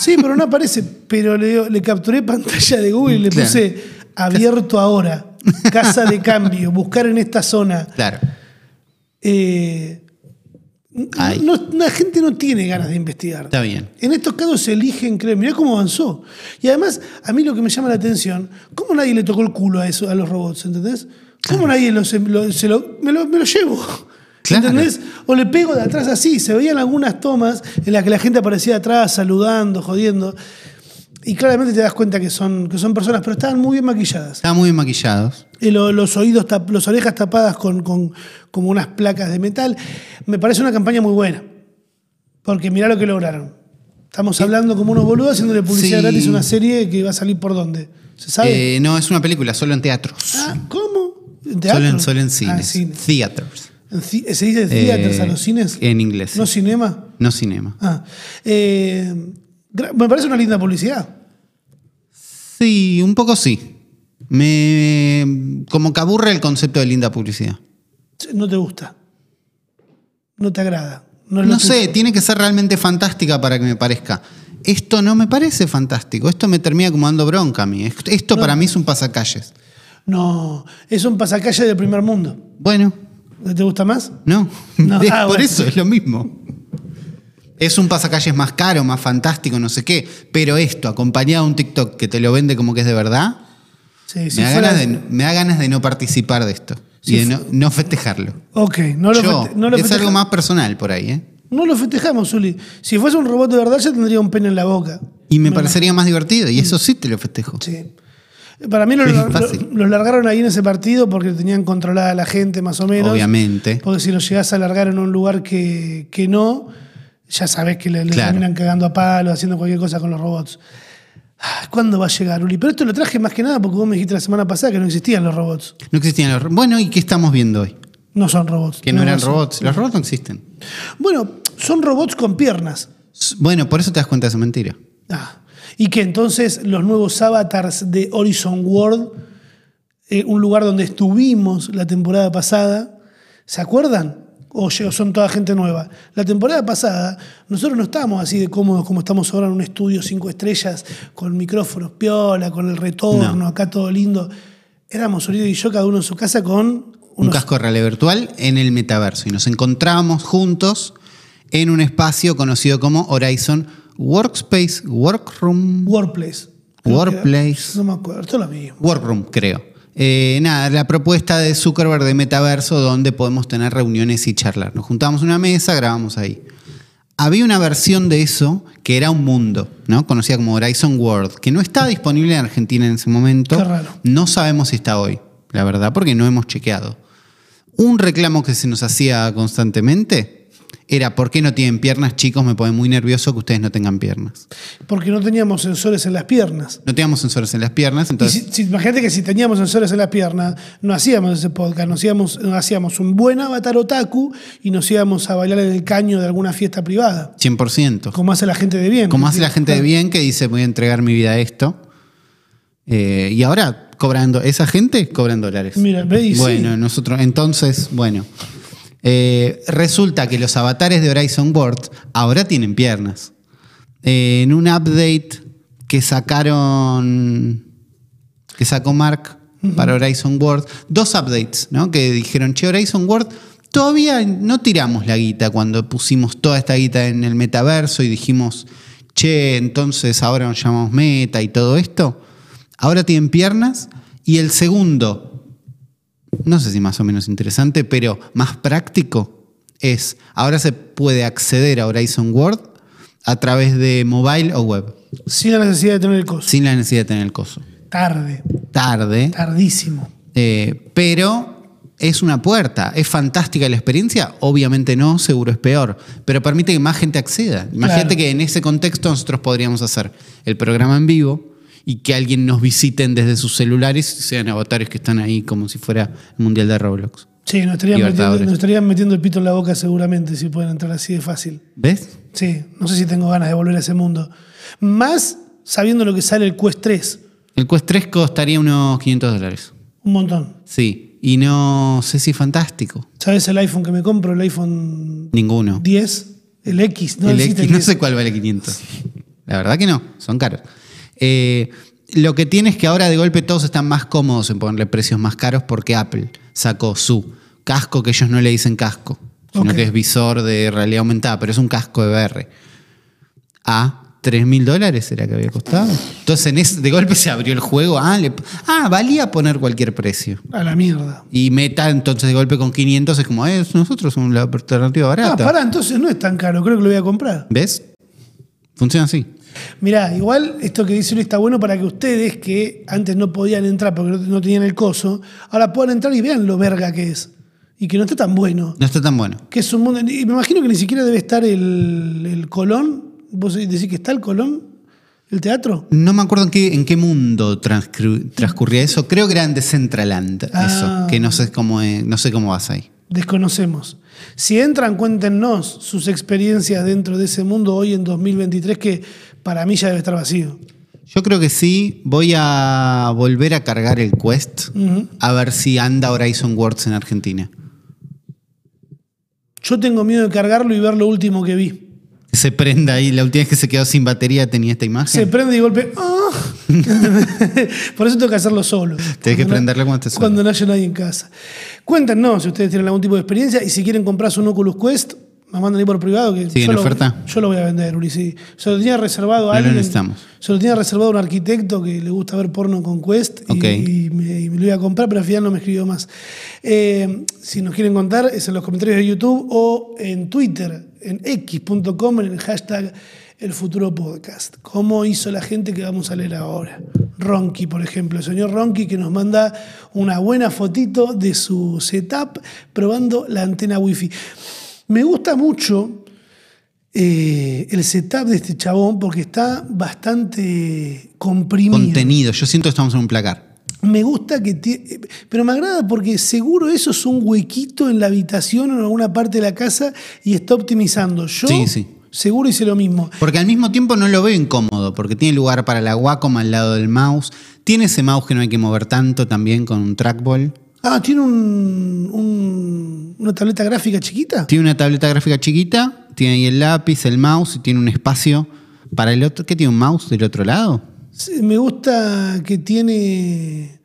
Speaker 1: Sí, pero no aparece. Pero le, digo- le capturé pantalla de Google y le
Speaker 2: Claro.
Speaker 1: puse abierto ahora, casa de cambio, buscar en esta zona.
Speaker 2: Claro.
Speaker 1: Eh,
Speaker 2: Ay.
Speaker 1: no- no- la gente no tiene ganas de investigar.
Speaker 2: Está bien.
Speaker 1: En estos casos se eligen creer. Mirá cómo avanzó. Y además, a mí lo que me llama la atención, ¿cómo nadie le tocó el culo a, eso, a los robots? ¿Entendés? ¿Cómo nadie los- lo- se lo, me, lo, me lo llevo?
Speaker 2: Claro.
Speaker 1: ¿Entendés? O le pego de atrás así. Se veían algunas tomas en las que la gente aparecía atrás saludando, jodiendo. Y claramente te das cuenta que son, que son personas, pero estaban muy bien maquilladas.
Speaker 2: Estaban muy bien maquillados.
Speaker 1: Eh, lo- los oídos, tap- las orejas tapadas con, con como unas placas de metal. Me parece una campaña muy buena. Porque mirá lo que lograron. Estamos hablando como unos boludos haciéndole publicidad
Speaker 2: Sí.
Speaker 1: gratis a una serie que va a salir por dónde. ¿Se sabe?
Speaker 2: Eh, no, es una película, solo en teatros.
Speaker 1: ah, ¿Cómo? ¿En teatro?
Speaker 2: solo en, solo en
Speaker 1: Ah,
Speaker 2: cines.
Speaker 1: cine.
Speaker 2: Theaters.
Speaker 1: En ci- ¿Se dice theaters
Speaker 2: Eh,
Speaker 1: a los cines?
Speaker 2: En inglés.
Speaker 1: ¿No
Speaker 2: No,
Speaker 1: cinema?
Speaker 2: cinema.
Speaker 1: Ah. Eh, gra- me parece una linda publicidad.
Speaker 2: Sí, un poco sí. Me. Como que aburre el concepto de linda publicidad.
Speaker 1: No te gusta. No te agrada. No, es lo
Speaker 2: No sé,
Speaker 1: tuyo.
Speaker 2: tiene que ser realmente fantástica para que me parezca. Esto no me parece fantástico. Esto me termina como dando bronca a mí. Est- Esto para mí es un pasacalles.
Speaker 1: No, es un pasacalle del primer mundo.
Speaker 2: Bueno,
Speaker 1: ¿Te gusta más?
Speaker 2: no.
Speaker 1: No,
Speaker 2: Es
Speaker 1: ah,
Speaker 2: por
Speaker 1: bueno.
Speaker 2: eso es lo mismo. Es un pasacalles más caro, más fantástico, no sé qué. Pero esto, acompañado de un TikTok que te lo vende como que es de verdad,
Speaker 1: Sí, si
Speaker 2: me, da
Speaker 1: fuera-
Speaker 2: ganas de, me da ganas de no participar de esto.
Speaker 1: Si
Speaker 2: y de no, no festejarlo.
Speaker 1: Ok, no lo,
Speaker 2: Yo,
Speaker 1: fete- no lo
Speaker 2: es
Speaker 1: festeja-
Speaker 2: algo más personal por ahí, ¿eh?
Speaker 1: No lo festejamos, Zuli. Si fuese un robot de verdad, ya tendría un pene en la boca.
Speaker 2: Y me parecería más divertido, y eso sí te lo festejo.
Speaker 1: Mm. Sí. Para mí lo-
Speaker 2: Es
Speaker 1: lo-
Speaker 2: fácil.
Speaker 1: los largaron ahí en ese partido porque tenían controlada a la gente, más o menos.
Speaker 2: Obviamente.
Speaker 1: Porque si los llegás a largar en un lugar que, que no, ya sabés que le, le
Speaker 2: Claro.
Speaker 1: terminan cagando a palos, haciendo cualquier cosa con los robots. Ah, ¿Cuándo va a llegar, Uli? Pero esto lo traje más que nada porque vos me dijiste la semana pasada que no existían los robots.
Speaker 2: No existían los... Bueno, ¿y qué estamos viendo hoy?
Speaker 1: No son robots.
Speaker 2: Que no eran
Speaker 1: son-
Speaker 2: robots. Los robots no existen.
Speaker 1: Bueno, son robots con piernas.
Speaker 2: S- Bueno, por eso te das cuenta de esa mentira.
Speaker 1: Ah, Y que entonces los nuevos avatars de Horizon World, eh, un lugar donde estuvimos la temporada pasada, ¿se acuerdan? O lle- o son toda gente nueva. La temporada pasada nosotros no estábamos así de cómodos como estamos ahora en un estudio cinco estrellas, con micrófonos piola, con el retorno,
Speaker 2: No.
Speaker 1: acá todo lindo. Éramos Uribe y yo, cada uno en su casa con
Speaker 2: Un
Speaker 1: unos-
Speaker 2: casco de realidad virtual en el metaverso. Y nos encontramos juntos en un espacio conocido como Horizon Workspace, Workroom.
Speaker 1: Workplace. Creo que era-
Speaker 2: Workplace.
Speaker 1: No me acuerdo, todo lo mismo.
Speaker 2: Workroom, creo. Eh, nada, la propuesta de Zuckerberg de Metaverso donde podemos tener reuniones y charlar. Nos juntamos en una mesa, grabamos ahí. Había una versión de eso que era un mundo, ¿no? Conocida como Horizon World, que no estaba disponible en Argentina en ese momento.
Speaker 1: Qué raro.
Speaker 2: No sabemos si está hoy, la verdad, porque no hemos chequeado. Un reclamo que se nos hacía constantemente era ¿por qué no tienen piernas, chicos? Me pone muy nervioso que ustedes no tengan piernas.
Speaker 1: Porque no teníamos sensores en las piernas.
Speaker 2: No teníamos sensores en las piernas,
Speaker 1: Y
Speaker 2: entonces...
Speaker 1: si, si- imagínate que si teníamos sensores en las piernas, no hacíamos ese podcast, nos íbamos, nos hacíamos un buen avatar otaku y nos íbamos a bailar en el caño de alguna fiesta privada.
Speaker 2: 100%.
Speaker 1: Como hace la gente de bien.
Speaker 2: Como hace la gente de bien que dice voy a entregar mi vida a esto. Eh, y ahora cobrando, esa gente cobran dólares.
Speaker 1: Mira, ve y sí.
Speaker 2: Bueno, nosotros, entonces, bueno. Eh, resulta que los avatares de Horizon World ahora tienen piernas. Eh, en un update que sacaron, que sacó Mark para Horizon World, dos updates, ¿no? Que dijeron, che, Horizon World, todavía no tiramos la guita cuando pusimos toda esta guita en el metaverso y dijimos, che, entonces ahora nos llamamos meta y todo esto. Ahora tienen piernas. Y el segundo, no sé si más o menos interesante, pero más práctico es, ahora se puede acceder a Horizon World a través de mobile o web,
Speaker 1: Sin la necesidad de tener el coso.
Speaker 2: sin la necesidad de tener el coso.
Speaker 1: Tarde,
Speaker 2: Tarde,
Speaker 1: tardísimo.
Speaker 2: eh, pero es una puerta. ¿Es fantástica la experiencia? Obviamente no, seguro es peor, pero permite que más gente acceda. Imagínate
Speaker 1: Claro.
Speaker 2: que en ese contexto nosotros podríamos hacer el programa en vivo y que alguien nos visiten desde sus celulares y sean avatares que están ahí como si fuera el Mundial de Roblox.
Speaker 1: Sí, nos estarían, metiendo,
Speaker 2: Libertadores.
Speaker 1: nos estarían metiendo el pito en la boca seguramente si pueden entrar así de fácil.
Speaker 2: ¿Ves?
Speaker 1: Sí, no sé si tengo ganas de volver a ese mundo. Más sabiendo lo que sale el Quest 3.
Speaker 2: El Quest 3 costaría unos 500 dólares.
Speaker 1: Un montón.
Speaker 2: Sí. Y no sé si fantástico.
Speaker 1: ¿Sabes el iPhone que me compro? El iPhone
Speaker 2: Ninguno.
Speaker 1: 10, el X, no
Speaker 2: El
Speaker 1: existe
Speaker 2: X, no
Speaker 1: X.
Speaker 2: sé cuál vale 500. La verdad que no, son caros. Eh, lo que tiene es que ahora de golpe todos están más cómodos en ponerle precios más caros porque Apple sacó su casco que ellos no le dicen casco, sino
Speaker 1: Ok.
Speaker 2: que es visor de realidad aumentada, pero es un casco de VR. A 3 mil dólares era que había costado. Entonces en ese- de golpe se abrió el juego. Ah, le- ah, valía poner cualquier precio.
Speaker 1: A la mierda.
Speaker 2: Y Meta, entonces de golpe con 500 es como, eh, nosotros somos la alternativa
Speaker 1: Ah,
Speaker 2: barata.
Speaker 1: pará, entonces no es tan caro, creo que lo voy a comprar.
Speaker 2: ¿Ves? Funciona así.
Speaker 1: Mirá, igual esto que dice Luis está bueno para que ustedes que antes no podían entrar porque no, no tenían el coso, ahora puedan entrar y vean lo verga que es. Y que no está tan bueno.
Speaker 2: No está tan bueno.
Speaker 1: Que es un mundo. Y me imagino que ni siquiera debe estar el, el Colón. ¿Vos decís que está el Colón? ¿El teatro?
Speaker 2: No me acuerdo en qué, en qué mundo transcru- transcurría eso. Creo que era en Decentraland,
Speaker 1: Ah.
Speaker 2: eso. Que no sé cómo, eh, no sé cómo vas ahí.
Speaker 1: Desconocemos. Si entran, cuéntenos sus experiencias dentro de ese mundo hoy en 2023, que para mí ya debe estar vacío.
Speaker 2: Yo creo que sí. Voy a volver a cargar el Quest.
Speaker 1: Ujú.
Speaker 2: A ver si anda Horizon Worlds en Argentina.
Speaker 1: Yo tengo miedo de cargarlo y ver lo último que vi.
Speaker 2: Que se prenda ahí. La última vez que se quedó sin batería tenía esta
Speaker 1: Se
Speaker 2: imagen.
Speaker 1: prende y golpe. ¡ah! Por eso tengo que hacerlo solo.
Speaker 2: Tenés que
Speaker 1: Cuando no-
Speaker 2: prenderlo cuando estés solo.
Speaker 1: Cuando no haya nadie en casa. Cuéntanos si ustedes tienen algún tipo de experiencia y si quieren comprarse un Oculus Quest, me mandan ahí por privado. Que
Speaker 2: Sí, en
Speaker 1: lo-
Speaker 2: oferta.
Speaker 1: Yo lo voy a vender, Ulises. Se lo tenía reservado a
Speaker 2: No lo
Speaker 1: alguien.
Speaker 2: necesitamos.
Speaker 1: Se lo tenía reservado a un arquitecto que le gusta ver porno con Quest y-
Speaker 2: Ok.
Speaker 1: y, me, y me lo iba a comprar, pero al final no me escribió más. Eh, si nos quieren contar, es en los comentarios de YouTube o en Twitter, en x.com, en el hashtag El Futuro Podcast. ¿Cómo hizo la gente que vamos a leer ahora? Ronky, por ejemplo, el señor Ronky que nos manda una buena fotito de su setup probando la antena wifi. Me gusta mucho eh, el setup de este chabón porque está bastante comprimido.
Speaker 2: Contenido. Yo siento que estamos en un placar.
Speaker 1: Me gusta que tie- Pero me agrada porque seguro eso es un huequito en la habitación o en alguna parte de la casa y está optimizando. Yo
Speaker 2: Sí, sí.
Speaker 1: seguro hice lo mismo.
Speaker 2: Porque al mismo tiempo no lo veo incómodo, porque tiene lugar para la Wacom al lado del mouse. Tiene ese mouse que no hay que mover tanto también con un trackball.
Speaker 1: Ah, ¿tiene un, un- una tableta gráfica chiquita?
Speaker 2: Tiene una tableta gráfica chiquita, tiene ahí el lápiz, el mouse y tiene un espacio para el otro. ¿Qué tiene un mouse del otro lado?
Speaker 1: Sí, Me gusta que tiene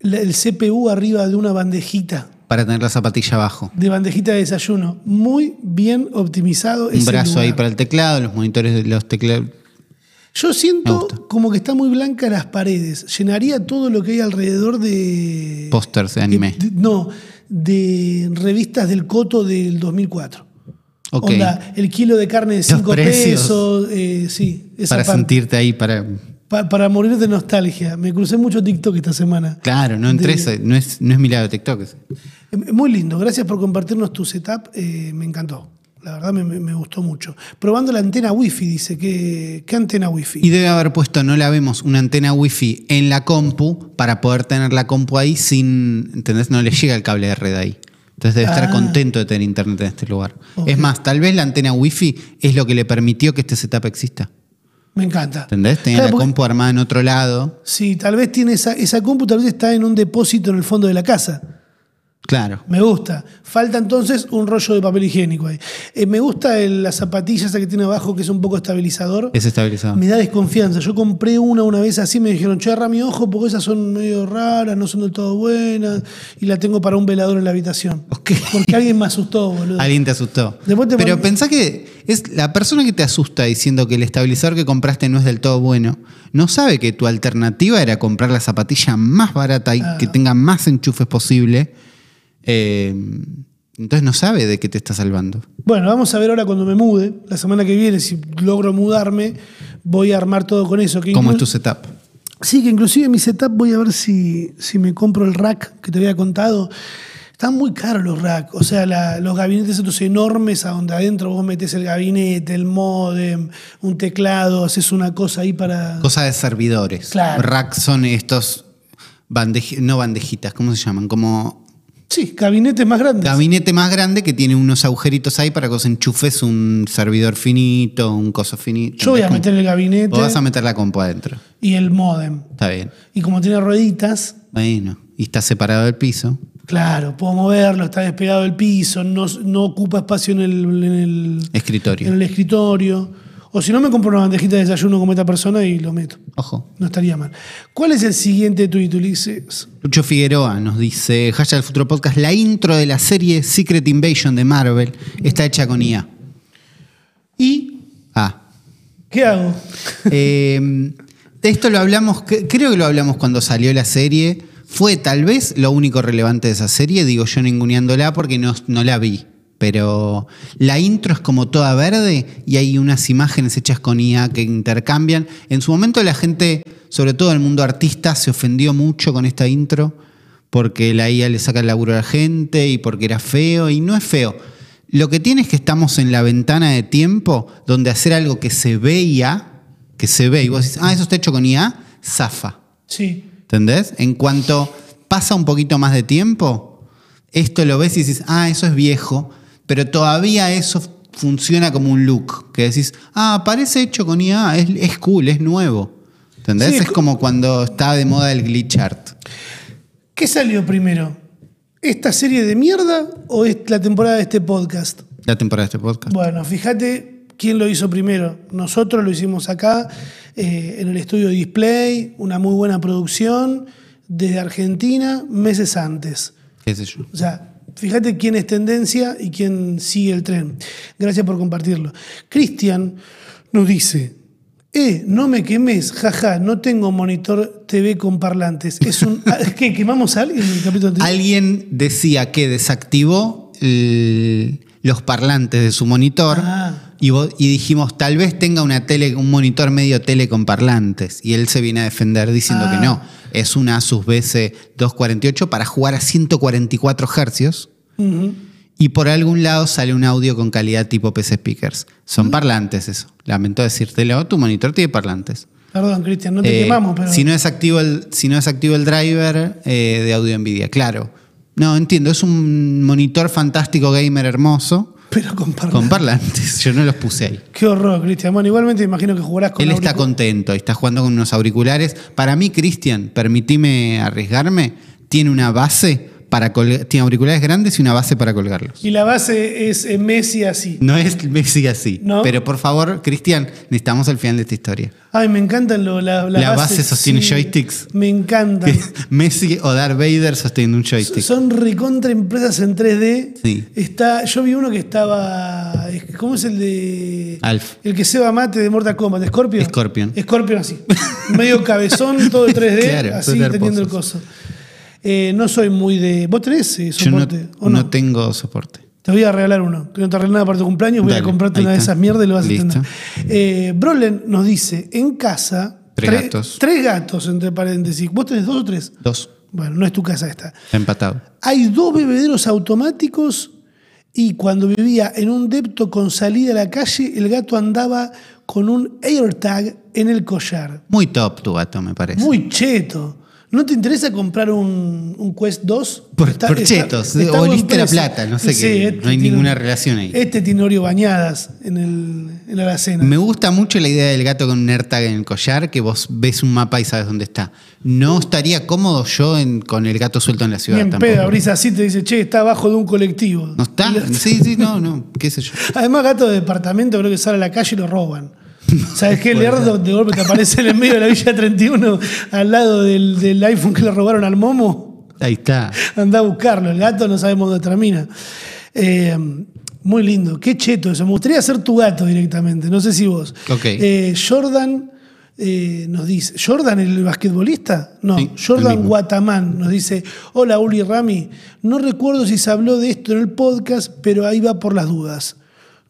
Speaker 1: la- el CPU arriba de una bandejita,
Speaker 2: Para tener la zapatilla abajo.
Speaker 1: de bandejita de desayuno. Muy bien optimizado.
Speaker 2: Un
Speaker 1: ese
Speaker 2: brazo ahí
Speaker 1: lugar.
Speaker 2: para el teclado, los monitores de los teclados.
Speaker 1: Yo
Speaker 2: Me
Speaker 1: siento
Speaker 2: gusta.
Speaker 1: como que está muy blanca las paredes. Llenaría todo lo que hay alrededor de... Eh,
Speaker 2: Pósters de anime.
Speaker 1: de- no, de revistas del Coto del 2004.
Speaker 2: Ok.
Speaker 1: Onda, el kilo de carne de 5
Speaker 2: precios.
Speaker 1: pesos. eh, sí, esa
Speaker 2: Para
Speaker 1: parte.
Speaker 2: sentirte ahí, para.
Speaker 1: Pa- para morir de nostalgia. Me crucé mucho TikTok esta semana.
Speaker 2: Claro, no entres,
Speaker 1: De-
Speaker 2: no es, no es mi lado de TikTok. ese.
Speaker 1: Eh, Muy lindo. Gracias por compartirnos tu setup. eh, me encantó. La verdad me, me- me gustó mucho. Probando la antena wifi, dice. ¿Qué, qué antena wifi?
Speaker 2: Y debe haber puesto, no la vemos, una antena wifi en la compu para poder tener la compu ahí sin, ¿entendés? No le llega el cable de red ahí. Entonces debe estar
Speaker 1: Ah.
Speaker 2: contento de tener internet en este lugar.
Speaker 1: Ok.
Speaker 2: Es más, tal vez la antena wifi es lo que le permitió que este setup exista.
Speaker 1: me encanta.
Speaker 2: ¿Entendés? Tenía
Speaker 1: Claro,
Speaker 2: la
Speaker 1: porque-
Speaker 2: compu armada en otro lado.
Speaker 1: Sí, tal vez tiene esa, esa compu, tal vez está en un depósito en el fondo de la casa.
Speaker 2: Claro.
Speaker 1: Me gusta. Falta entonces un rollo de papel higiénico ahí. Eh, me gusta el- la zapatilla esa que tiene abajo, que es un poco estabilizador.
Speaker 2: Es estabilizado.
Speaker 1: Me da desconfianza. Yo compré una una vez así, me dijeron, che, mi ojo, porque esas son medio raras, no son del todo buenas, y la tengo para un velador en la habitación.
Speaker 2: Ok.
Speaker 1: Porque alguien me asustó, boludo.
Speaker 2: Alguien te asustó.
Speaker 1: Después te
Speaker 2: Pero
Speaker 1: mando-
Speaker 2: pensá que es la persona que te asusta diciendo que el estabilizador que compraste no es del todo bueno, no sabe que tu alternativa era comprar la zapatilla más barata y
Speaker 1: Ah.
Speaker 2: que tenga más enchufes posible. Eh, entonces no sabe de qué te está salvando.
Speaker 1: Bueno, vamos a ver ahora cuando me mude, la semana que viene, si logro mudarme, voy a armar todo con eso. que
Speaker 2: ¿Cómo
Speaker 1: inclu-
Speaker 2: es tu setup?
Speaker 1: Sí, que inclusive mi setup voy a ver si, si me compro el rack que te había contado. Están muy caros los racks. O sea, la- los gabinetes estos enormes a donde adentro vos metes el gabinete, el modem, un teclado, haces una cosa ahí para...
Speaker 2: Cosa de servidores.
Speaker 1: Claro.
Speaker 2: Rack son estos bandeji- no bandejitas, ¿cómo se llaman? Como
Speaker 1: Sí, gabinetes más grandes.
Speaker 2: gabinete más grande que tiene unos agujeritos ahí para que os enchufes un servidor finito, un coso finito.
Speaker 1: Yo voy a
Speaker 2: ¿Entendés?
Speaker 1: meter el gabinete
Speaker 2: Vos vas a meter la compu adentro.
Speaker 1: y el modem.
Speaker 2: Está bien.
Speaker 1: Y como tiene rueditas,
Speaker 2: Bueno. Y está separado del piso.
Speaker 1: claro, puedo moverlo, está despegado del piso, no, no ocupa espacio en el- en el,
Speaker 2: Escritorio.
Speaker 1: en el escritorio. O si no, me compro una bandejita de desayuno como esta persona y lo meto.
Speaker 2: Ojo.
Speaker 1: No estaría mal. ¿Cuál es el siguiente tuit, Ulises?
Speaker 2: Lucho Figueroa nos dice, hashtag el futuro podcast, la intro de la serie Secret Invasion de Marvel está hecha con IA.
Speaker 1: ¿Y
Speaker 2: Ah.
Speaker 1: qué hago?
Speaker 2: Eh, de esto lo hablamos, cre- creo que lo hablamos cuando salió la serie. Fue tal vez lo único relevante de esa serie, digo yo ninguneándola porque no, no la vi. Pero la intro es como toda verde y hay unas imágenes hechas con IA que intercambian. En su momento la gente, sobre todo el mundo artista, se ofendió mucho con esta intro porque la IA le saca el laburo a la gente y porque era feo y no es feo. Lo que tiene es que estamos en la ventana de tiempo donde hacer algo que se veía, que se ve y vos dices, ah, eso está hecho con IA, zafa.
Speaker 1: Sí.
Speaker 2: ¿Entendés? En cuanto pasa un poquito más de tiempo, esto lo ves y dices, ah, eso es viejo, pero todavía eso funciona como un look, que decís, ah, parece hecho con IA, es, es cool, es nuevo. ¿Entendés?
Speaker 1: Sí,
Speaker 2: es
Speaker 1: co-
Speaker 2: como cuando está de moda el glitch art.
Speaker 1: ¿Qué salió primero? ¿Esta serie de mierda o, es- la temporada de este podcast?
Speaker 2: La temporada de este podcast.
Speaker 1: Bueno, fíjate quién lo hizo primero. Nosotros lo hicimos acá, eh, en el estudio Display, una muy buena producción, desde Argentina, meses antes.
Speaker 2: ¿Qué sé yo?
Speaker 1: O sea, fíjate quién es tendencia y quién sigue el tren. Gracias por compartirlo. Cristian nos dice. Eh, no me quemes, jaja, no tengo monitor TV con parlantes. Es un. ah, ¿Qué? ¿Quemamos a alguien en el capítulo anterior?
Speaker 2: Alguien decía que desactivó el- los parlantes de su monitor
Speaker 1: Ah.
Speaker 2: y, vos- y dijimos, tal vez tenga una tele, un monitor medio tele con parlantes. Y él se viene a defender diciendo
Speaker 1: Ah.
Speaker 2: que no. Es una Asus BC248 para jugar a 144 hercios.
Speaker 1: Ujú.
Speaker 2: Y por algún lado sale un audio con calidad tipo PC Speakers. Son parlantes eso. Lamento decírtelo, tu monitor tiene parlantes.
Speaker 1: Perdón, Cristian, no te
Speaker 2: Eh,
Speaker 1: quemamos, pero.
Speaker 2: si, no es activo el, si no es activo el driver eh, de audio NVIDIA, claro. No, entiendo, es un monitor fantástico gamer hermoso
Speaker 1: pero con parlantes.
Speaker 2: con parlantes. Yo no los puse ahí.
Speaker 1: Qué horror, Cristian. Bueno, igualmente imagino que jugarás con.
Speaker 2: Él está
Speaker 1: auricu-
Speaker 2: contento, está jugando con unos auriculares. Para mí, Cristian, permitime arriesgarme, tiene una base para colgar, tiene auriculares grandes y una base para colgarlos.
Speaker 1: Y la base es eh, Messi así.
Speaker 2: No es Messi así.
Speaker 1: No.
Speaker 2: Pero por favor, Cristian, necesitamos el final de esta historia.
Speaker 1: Ay, me encantan lo, la,
Speaker 2: La base
Speaker 1: bases,
Speaker 2: sostiene joysticks.
Speaker 1: Me encantan.
Speaker 2: Messi o Darth Vader sosteniendo un joystick.
Speaker 1: Son recontra empresas en 3D.
Speaker 2: Sí.
Speaker 1: Está, yo vi uno que estaba. ¿Cómo es el de.
Speaker 2: Alf.
Speaker 1: El que se va mate de Mortal Kombat, ¿de Scorpion?
Speaker 2: Scorpion.
Speaker 1: Scorpion así. Medio cabezón, todo 3D,
Speaker 2: Claro,
Speaker 1: así
Speaker 2: son
Speaker 1: teniendo el coso. Eh, no soy muy de. ¿Vos tenés eh,
Speaker 2: Yo no,
Speaker 1: soporte? o
Speaker 2: no tengo soporte.
Speaker 1: Te voy a regalar uno. Que no te arreglé nada para tu cumpleaños. Voy a
Speaker 2: Dale,
Speaker 1: comprarte
Speaker 2: ahí
Speaker 1: una de
Speaker 2: está.
Speaker 1: esas mierdas y lo vas
Speaker 2: Listo.
Speaker 1: a entender. Eh, Brolen nos dice: en casa.
Speaker 2: Tres
Speaker 1: tre-
Speaker 2: gatos.
Speaker 1: Tres gatos, entre paréntesis. ¿Vos tenés dos o tres?
Speaker 2: Dos.
Speaker 1: Bueno, no es tu casa esta.
Speaker 2: Empatado.
Speaker 1: Hay dos bebederos automáticos y cuando vivía en un depto con salida a la calle, el gato andaba con un AirTag en el collar.
Speaker 2: Muy top tu gato, me parece.
Speaker 1: Muy cheto. ¿No te interesa comprar un, un Quest 2?
Speaker 2: Por- por chetos, o
Speaker 1: buen
Speaker 2: oliste la
Speaker 1: precio. este
Speaker 2: plata, no sé qué, no hay
Speaker 1: tiene-
Speaker 2: ninguna relación ahí.
Speaker 1: Este tiene Oreo bañadas en, el, en la alacena.
Speaker 2: Me gusta mucho la idea del gato con un AirTag en el collar, que vos ves un mapa y sabes dónde está. No estaría cómodo yo en- con el gato suelto en la
Speaker 1: Ni
Speaker 2: ciudad
Speaker 1: en
Speaker 2: tampoco.
Speaker 1: pedo, abrís así te dice, che, está abajo de un colectivo.
Speaker 2: ¿No está? Sí, sí, no, no, qué sé yo.
Speaker 1: Además, gato de departamento creo que sale a la calle y lo roban. ¿Sabes qué, Leardo? De golpe te aparece en el medio de la Villa 31, al lado del, del iPhone que le robaron al momo.
Speaker 2: Ahí está.
Speaker 1: Anda a buscarlo. El gato no sabemos dónde termina. Eh, muy lindo. Qué cheto eso. Me gustaría ser tu gato directamente. No sé si vos.
Speaker 2: Ok.
Speaker 1: Eh, Jordan eh, nos dice. ¿Jordan el basquetbolista? No.
Speaker 2: Sí, el
Speaker 1: Jordan
Speaker 2: mismo.
Speaker 1: Guatamán nos dice, hola Uli y Rami, no recuerdo si se habló de esto en el podcast, pero ahí va por las dudas.